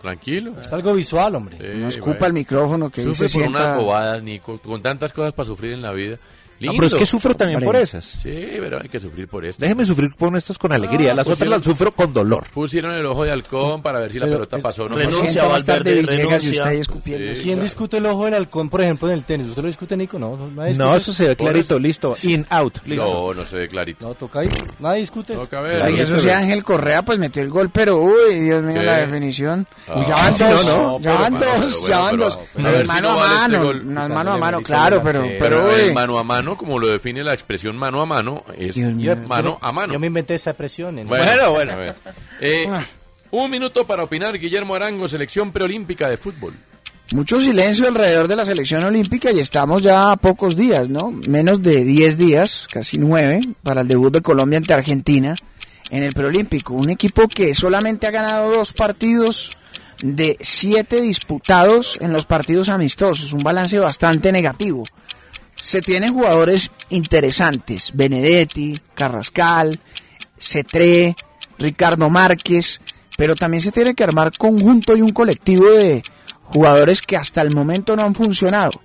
Tranquilo.
Es algo visual, hombre.
No escupa el micrófono que
Sufre
dice
por
sienta...
unas bobadas, Nico, con tantas cosas para sufrir en la vida.
No,
Lindo.
pero es que sufro también por esas.
Sí, pero hay que sufrir por esto.
Déjeme sufrir con estas con alegría.
Ah,
las
pues
otras
yo-
las sufro con dolor.
Pusieron el ojo de halcón para ver si la pelota pasó o no. pasó.
Renuncia, Sienta más tarde Valverde, Villegas y renuncia. usted ahí
escupiendo.
Sí,
¿Quién
claro.
discute el ojo del halcón, por ejemplo, en el tenis? ¿Usted lo discute, Nico? No, nadie
No,
discute.
eso se ve clarito, listo. In, out, listo.
No, no se ve clarito.
No, toca ahí. Nadie discute eso.
Toca
Ay,
ver.
eso sí, Ángel Correa pues metió el gol, pero uy, Dios mío,
¿Qué?
la definición.
Ah,
ya van
sí,
dos,
no, no.
ya van
Pero, pero,
dos,
pero,
ya van
pero,
dos.
pero,
No,
a ver
es
si
mano
no
a
vale este
mano,
gol.
no es mano a mano, claro, pero,
Pero
pero
Eh, el
uy.
mano a mano, como lo define la expresión mano a mano, es mano a mano.
Yo me inventé esa presión. ¿no?
a ver. Eh, un minuto para opinar, Guillermo Arango, selección preolímpica de fútbol.
Mucho silencio alrededor de la selección olímpica y estamos ya a pocos días, ¿no? Menos de 10 días, casi 9, para el debut de Colombia ante Argentina en el preolímpico. Un equipo que solamente ha ganado dos partidos de siete disputados en los partidos amistosos, un balance bastante negativo. Se tienen jugadores interesantes, Benedetti, Carrascal, Cetré, Ricardo Márquez, pero también se tiene que armar conjunto y un colectivo de jugadores que hasta el momento no han funcionado.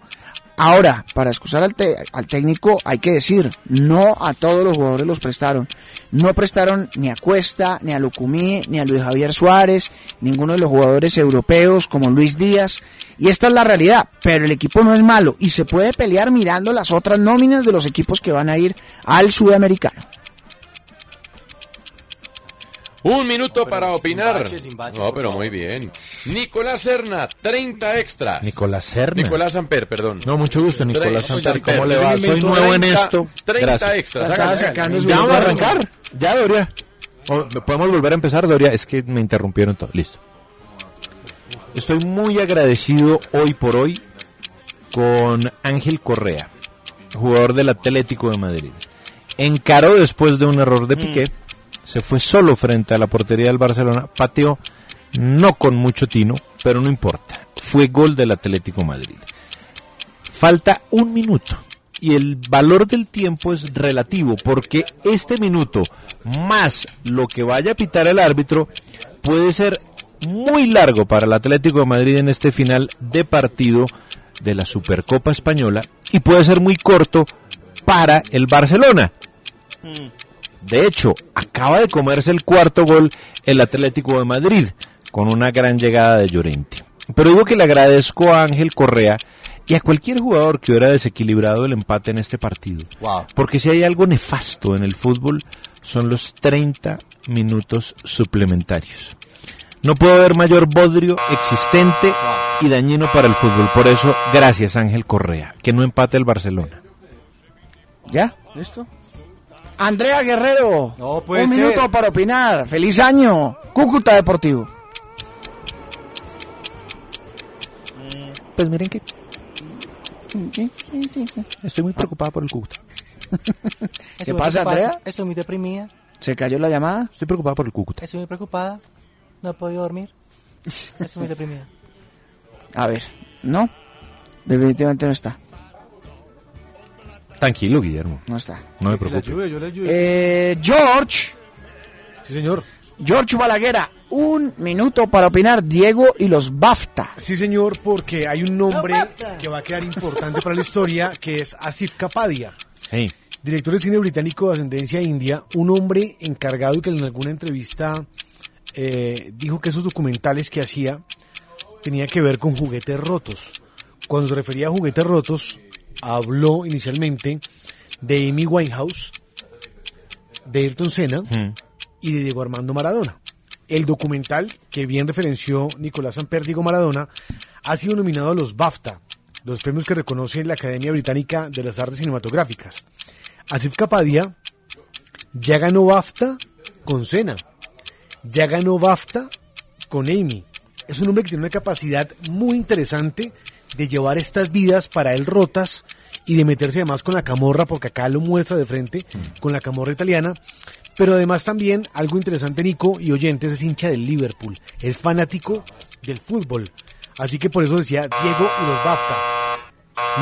Ahora, para excusar al, te- al técnico, hay que decir, no a todos los jugadores los prestaron. No prestaron ni a Cuesta, ni a Lucumí, ni a Luis Javier Suárez, ninguno de los jugadores europeos como Luis Díaz. Y esta es la realidad, pero el equipo no es malo y se puede pelear mirando las otras nóminas de los equipos que van a ir al sudamericano.
Un minuto para opinar.
bache, sin bache,
no,
por
pero muy bien. Nicolás Serna, 30 extras.
Nicolás Serna.
Nicolás Amper, perdón.
No, mucho gusto, Nicolás
Tre-
Santar.
Santar.
¿Cómo le va? Soy nuevo en
30,
esto.
30
Gracias.
extras.
La estaba
hágale,
sacando
hágale.
su-
Ya vamos a arrancar. Ya, Doria. O- Podemos volver a empezar, Doria. Es que me interrumpieron todo. Listo. Estoy muy agradecido hoy por hoy con Ángel Correa, jugador del Atlético de Madrid. Encaró después de un error de Piqué, se fue solo frente a la portería del Barcelona, pateó no con mucho tino, pero no importa. Fue gol del Atlético de Madrid. Falta un minuto y el valor del tiempo es relativo porque este minuto más lo que vaya a pitar el árbitro puede ser muy largo para el Atlético de Madrid en este final de partido de la Supercopa Española y puede ser muy corto para el Barcelona. De hecho, acaba de comerse el cuarto gol el Atlético de Madrid con una gran llegada de Llorente. Pero digo que le agradezco a Ángel Correa y a cualquier jugador que hubiera desequilibrado el empate en este partido. Porque si hay algo nefasto en el fútbol son los 30 minutos suplementarios. No puede haber mayor bodrio existente y dañino para el fútbol. Por eso, gracias Ángel Correa, que no empate el Barcelona.
¿Ya? ¿Listo? Andrea Guerrero,
puede
un
ser.
minuto para opinar. ¡Feliz año! Cúcuta Deportivo.
Pues miren que estoy muy preocupada por el Cúcuta.
¿Qué pasa, Andrea?
Estoy muy deprimida.
¿Se cayó la llamada?
Estoy preocupada por el Cúcuta.
Estoy muy preocupada. No he podido dormir. Estoy muy deprimida.
A ver, no. Definitivamente no está.
Tranquilo, Guillermo.
No está.
No me
La
preocupes.
lluvia, yo la lluvia.
Eh, George,
Sí, señor.
George Balaguera, un minuto para opinar. Diego y los BAFTA.
Sí, señor, porque hay un nombre que va a quedar importante para la historia, que es Asif Kapadia.
Sí.
Director de cine británico de ascendencia india, un hombre encargado y que en alguna entrevista eh, dijo que esos documentales que hacía tenía que ver con juguetes rotos, cuando se refería a juguetes rotos, habló inicialmente de Amy Winehouse, de Ayrton Senna y de Diego Armando Maradona. El documental que bien referenció Nicolás Samperdigo Maradona ha sido nominado a los BAFTA, los premios que reconoce la Academia Británica de las Artes Cinematográficas. Asif Kapadia ya ganó BAFTA con Senna, ya ganó BAFTA con Amy. Es un hombre que tiene una capacidad muy interesante de llevar estas vidas para él rotas y de meterse además con la camorra, porque acá lo muestra de frente, con la camorra italiana. Pero además también algo interesante, Nico y oyentes, es hincha del Liverpool, es fanático del fútbol. Así que por eso decía Diego y los BAFTA.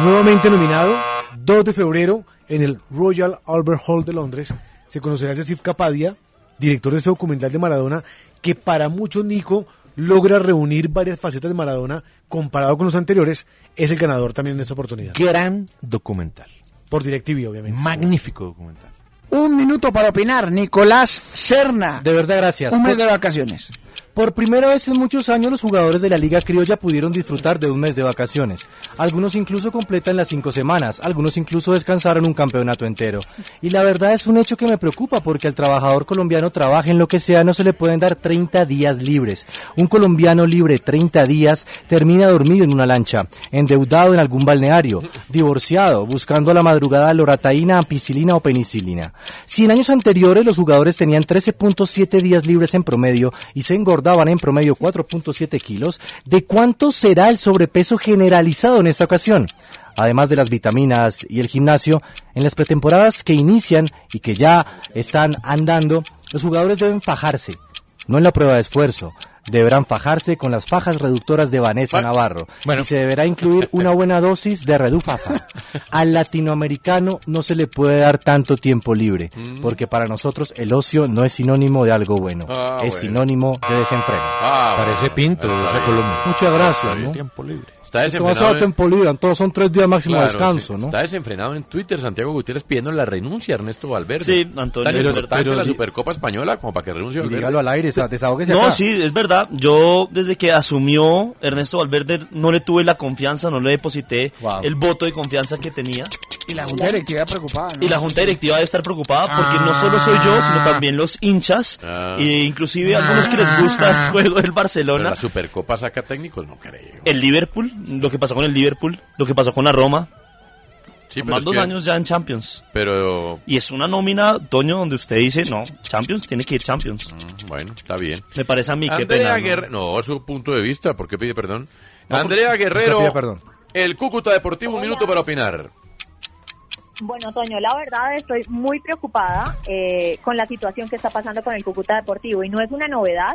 Nuevamente nominado, 2 de febrero, en el Royal Albert Hall de Londres, se conocerá a Yasif Kapadia, director de este documental de Maradona, que para muchos, Nico, logra reunir varias facetas de Maradona comparado con los anteriores, es el ganador también en esta oportunidad.
Gran documental.
Por DirecTV, obviamente.
Magnífico documental.
Un minuto para opinar, Nicolás Cerna.
De verdad, gracias.
Un mes de vacaciones.
Por primera vez en muchos años los jugadores de la Liga Criolla pudieron disfrutar de un mes de vacaciones. Algunos incluso completan las cinco semanas, algunos incluso descansaron un campeonato entero. Y la verdad es un hecho que me preocupa porque al trabajador colombiano trabaje en lo que sea no se le pueden dar 30 días libres. Un colombiano libre 30 días termina dormido en una lancha, endeudado en algún balneario, divorciado, buscando a la madrugada lorataína, ampicilina o penicilina. Si en años anteriores los jugadores tenían 13.7 días libres en promedio y se engordaron daban en promedio 4.7 kilos, ¿de cuánto será el sobrepeso generalizado en esta ocasión? Además de las vitaminas y el gimnasio, en las pretemporadas que inician y que ya están andando, los jugadores deben fajarse, no en la prueba de esfuerzo. Deberán fajarse con las fajas reductoras de Vanessa Navarro. Y se deberá incluir una buena dosis de redufafa. Al latinoamericano no se le puede dar tanto tiempo libre,
Mm.
porque para nosotros el ocio no es sinónimo de algo bueno
Ah,
es
bueno.
sinónimo de desenfreno.
Parece pinto de esa columna.
Ah,
Muchas gracias. ¿no?
Ah, Tiempo libre.
Está
Todo
desenfrenado.
eso
en-
tiempo libre, entonces son tres días máximo de
Claro,
descanso,
sí.
¿no?
Está desenfrenado en Twitter Santiago Gutiérrez pidiendo la renuncia a Ernesto Valverde.
Sí, Antonio.
Tan
Pero-
importante
pero
la
di-
Supercopa Española como para que renuncie
Y
Valverde.
dígalo al aire, sa- desahógese
No,
acá.
sí, es verdad. Yo desde que asumió Ernesto Valverde no le tuve la confianza, no le deposité el voto de confianza que tenía.
Y la Junta Directiva preocupada, ¿no?
Y la junta directiva debe estar preocupada porque no solo soy yo,
Ah.
sino también los hinchas,
Ah.
e inclusive algunos que les gusta el juego del
Pero
Barcelona,
la Supercopa saca técnicos, no creo.
el Liverpool, lo que pasó con el Liverpool, lo que pasó con la Roma.
Sí, pero
más
es
dos
que-
años ya en Champions.
Pero
Y es una nómina, Toño, donde usted dice, no, Champions, tiene que ir Champions.
Mm, bueno, está bien.
Me parece a mí que
Andrea
pena. ¿no?
Guerrero, no, su punto de vista, ¿por qué pide perdón?
No,
Andrea
porque-
Guerrero,
porque pide perdón.
el Cúcuta Deportivo, un minuto para opinar.
Bueno, Toño, la verdad estoy muy preocupada eh, con la situación que está pasando con el Cúcuta Deportivo y no es una novedad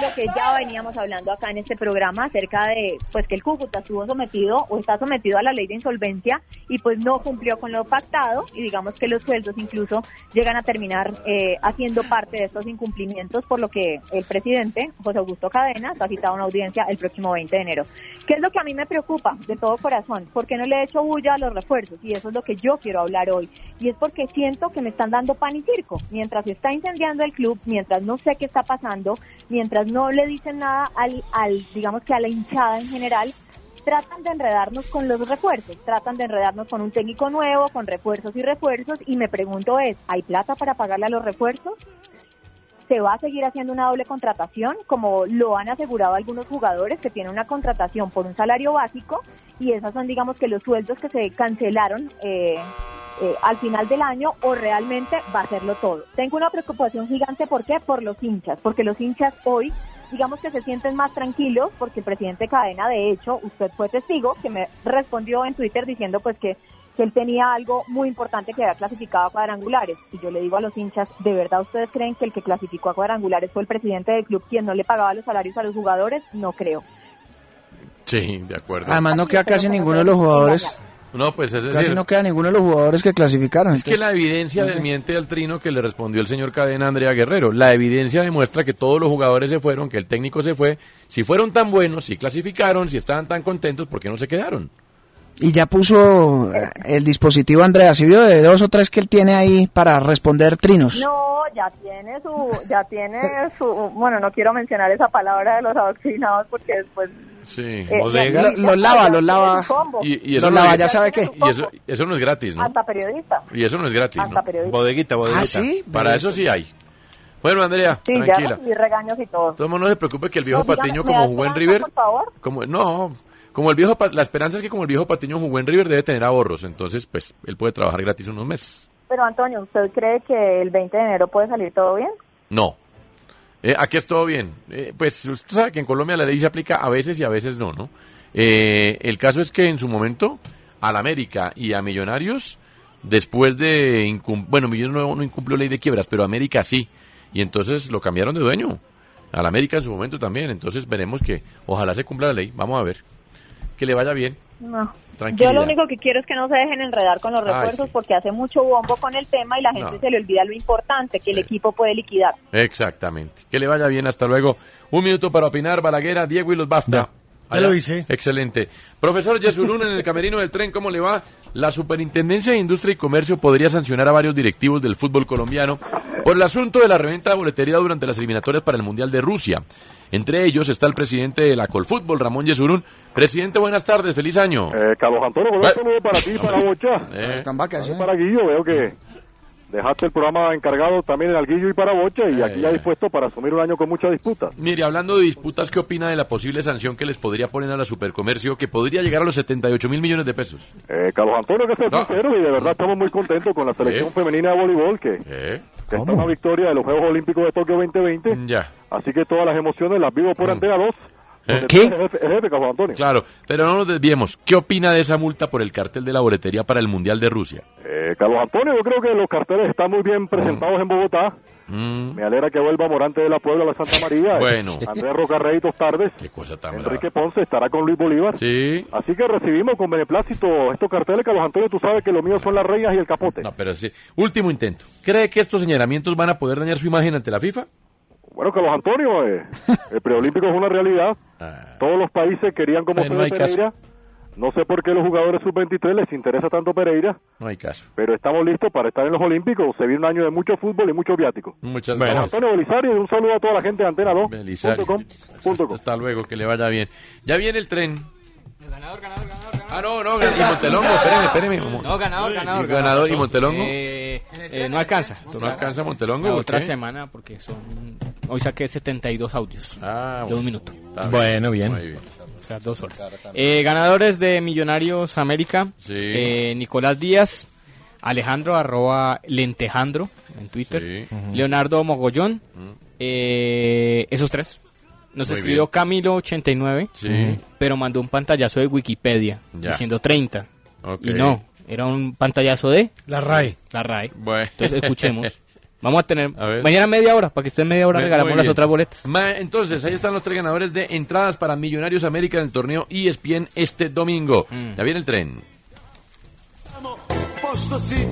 lo que ya veníamos hablando acá en este programa acerca de pues que el Cúcuta estuvo sometido o está sometido a la ley de insolvencia y pues no cumplió con lo pactado y digamos que los sueldos incluso llegan a terminar eh, haciendo parte de estos incumplimientos por lo que el presidente José Augusto Cadenas ha citado una audiencia el próximo 20 de enero. ¿Qué es lo que a mí me preocupa de todo corazón? ¿Por qué no le he hecho bulla a los refuerzos? Y eso es lo que yo quiero hablar hoy. Y es porque siento que me están dando pan y circo. Mientras se está incendiando el club, mientras no sé qué está pasando, mientras no le dicen nada al, al digamos que a la hinchada en general, tratan de enredarnos con los refuerzos, tratan de enredarnos con un técnico nuevo, con refuerzos y refuerzos. Y me pregunto es, ¿hay plata para pagarle a los refuerzos? se va a seguir haciendo una doble contratación, como lo han asegurado algunos jugadores que tienen una contratación por un salario básico y esas son, digamos, que los sueldos que se cancelaron eh, eh, al final del año o realmente va a hacerlo todo. Tengo una preocupación gigante, ¿por qué? Por los hinchas, porque los hinchas hoy, digamos que se sienten más tranquilos, porque el presidente Cadena, de hecho, usted fue testigo, que me respondió en Twitter diciendo pues que que él tenía algo muy importante que había clasificado a cuadrangulares. Y yo le digo a los hinchas, ¿de verdad ustedes creen que el que clasificó a cuadrangulares fue el presidente del club quien no le pagaba los salarios a los jugadores? No creo.
Sí, de acuerdo.
Además, no queda casi ninguno de los jugadores.
No, pues es
Casi
decir,
no queda ninguno de los jugadores que clasificaron.
es que la evidencia
no sé.
desmiente al trino que le respondió el señor Cadena a Andrea Guerrero. La evidencia demuestra que todos los jugadores se fueron, que el técnico se fue. Si fueron tan buenos, si clasificaron, si estaban tan contentos, ¿por qué no se quedaron?
Y ya puso eh, el dispositivo Andrea, si vio de dos o tres que él tiene ahí para responder trinos.
No, ya tiene su, ya tiene su, bueno, no quiero mencionar esa palabra de los adoctrinados porque después
Sí.
Eh,
Bodega.
y- y-
Lo lava, lo lava.
Y, y eso
Lo
no
lava,
es-
ya sabe qué.
Y eso, eso no es gratis, ¿no?
Hasta periodista.
Y eso no es gratis,
Hasta
¿no?
periodista.
Bodeguita, bodeguita.
Ah, ¿sí?
Para eso sí hay. Bueno, Andrea,
Sí, ya
tranquila.
recibí regaños y todo.
Todo el mundo no se preocupe que el viejo
No, dígame,
Patiño
¿me
como
das
jugó en
esperanza,
River,
por favor?
como no, como el viejo Pa- la esperanza es que como el viejo Patiño jugó en River debe tener ahorros, entonces pues él puede trabajar gratis unos meses.
Pero Antonio, ¿usted cree que el 20 de enero puede salir todo bien?
No. Eh, aquí es todo bien. Eh, pues usted sabe que en Colombia la ley se aplica a veces y a veces no, ¿no? Eh, el caso es que en su momento al América y a Millonarios después de incum- bueno, Millonarios no, no incumplió ley de quiebras, pero América sí. Y entonces lo cambiaron de dueño. Al América en su momento también, entonces veremos que ojalá se cumpla la ley, vamos a ver. Que le vaya bien.
No.
Tranquila.
Yo lo único que quiero es que no se dejen enredar con los
Ay,
refuerzos
sí.
porque hace mucho bombo con el tema y la gente
No.
se le olvida lo importante, que el equipo puede liquidar.
Exactamente. Que le vaya bien, hasta luego. Un minuto para opinar, Balaguer, a Diego y los basta.
Ya lo hice.
Excelente. Profesor Yesurún, en el camerino del tren, ¿cómo le va? La Superintendencia de Industria y Comercio podría sancionar a varios directivos del fútbol colombiano por el asunto de la reventa de boletería durante las eliminatorias para el Mundial de Rusia. Entre ellos está el presidente de la Colfútbol, Ramón Yesurún. Presidente, buenas tardes, feliz año.
Eh, Carlos Antonio, un saludo para ti, para Bocha.
Están
vacaciones.
Para Guillo, veo que dejaste el programa encargado también al Guillo y para Bocha y
Eh.
aquí ya dispuesto para asumir un año con mucha disputa.
Mire, hablando de disputas, ¿qué opina de la posible sanción que les podría poner a la Supercomercio que podría llegar a los 78 mil millones de pesos?
Eh, Carlos Antonio, que es sincero y de verdad estamos muy contentos con la selección
Eh.
femenina de voleibol que,
¿Eh?
que está una victoria de los Juegos Olímpicos de Tokio 2020.
Ya.
Así que todas las emociones las vivo por Antena 2. donde
Mm. ¿Eh? ¿Qué?
tú eres jefe- jefe, Carlos Antonio.
Claro, pero no nos desviemos. ¿Qué opina de esa multa por el cartel de la boletería para el Mundial de Rusia?
Eh, Carlos Antonio, yo creo que los carteles están muy bien presentados en Bogotá.
Mm,
Me alegra que vuelva Morante de la Puebla a la Santa María.
Bueno.
Andrés Rocarrey dos tardes.
qué cosa tan brava.
Enrique Ponce estará con Luis Bolívar.
Sí.
Así que recibimos con beneplácito estos carteles, Carlos Antonio. Tú sabes que lo mío son las reyes y el capote.
No, pero sí. Último intento. ¿Cree que estos señalamientos van a poder dañar su imagen ante la FIFA?
Bueno, Carlos Antonio, eh, el preolímpico es una realidad.
Ah,
Todos los países querían como
Ay, no
Fede
hay caso.
Pereira. No sé por qué los jugadores sub-23 les interesa tanto Pereira,
No hay caso.
pero estamos listos para estar en los Olímpicos. Se viene un año de mucho fútbol y mucho viático.
Muchas
Carlos
gracias.
Antonio Belisario, y un saludo a toda la gente de Antena 2.
Belisario.
punto com, punto com.
Hasta luego, que le vaya bien. Ya viene el tren. Ah, no, no, gan- y Montelongo, espéreme, espéreme. Mo-
No, ganador, ganador.
¿Y ganador y Montelongo?
Eh, eh, no alcanza.
¿No alcanza Montelongo?
La
¿Por
otra
qué?
semana porque son... Hoy saqué 72 audios
Ah,
de un minuto.
Bueno,
bien. O sea, dos horas. Eh, ganadores de Millonarios América.
Sí.
Eh, Nicolás Díaz, Alejandro arroba Lentejandro en Twitter.
Ujú.
Eh, Leonardo Mogollón. eh, esos tres. Nos
Muy
escribió
bien.
Camilo89,
Sí.
pero mandó un pantallazo de Wikipedia
Ya.
diciendo 30.
Ok.
Y no, era un pantallazo de...
La RAE.
La RAE.
Bueno.
Entonces escuchemos. Vamos a tener...
ver.
mañana media hora, para que estén media hora
Muy
regalamos las
bien.
otras boletas.
Ma- entonces, ahí están los tres ganadores de entradas para Millonarios América en el torneo ESPN este domingo.
Mm.
Ya viene el tren.
Posto sí.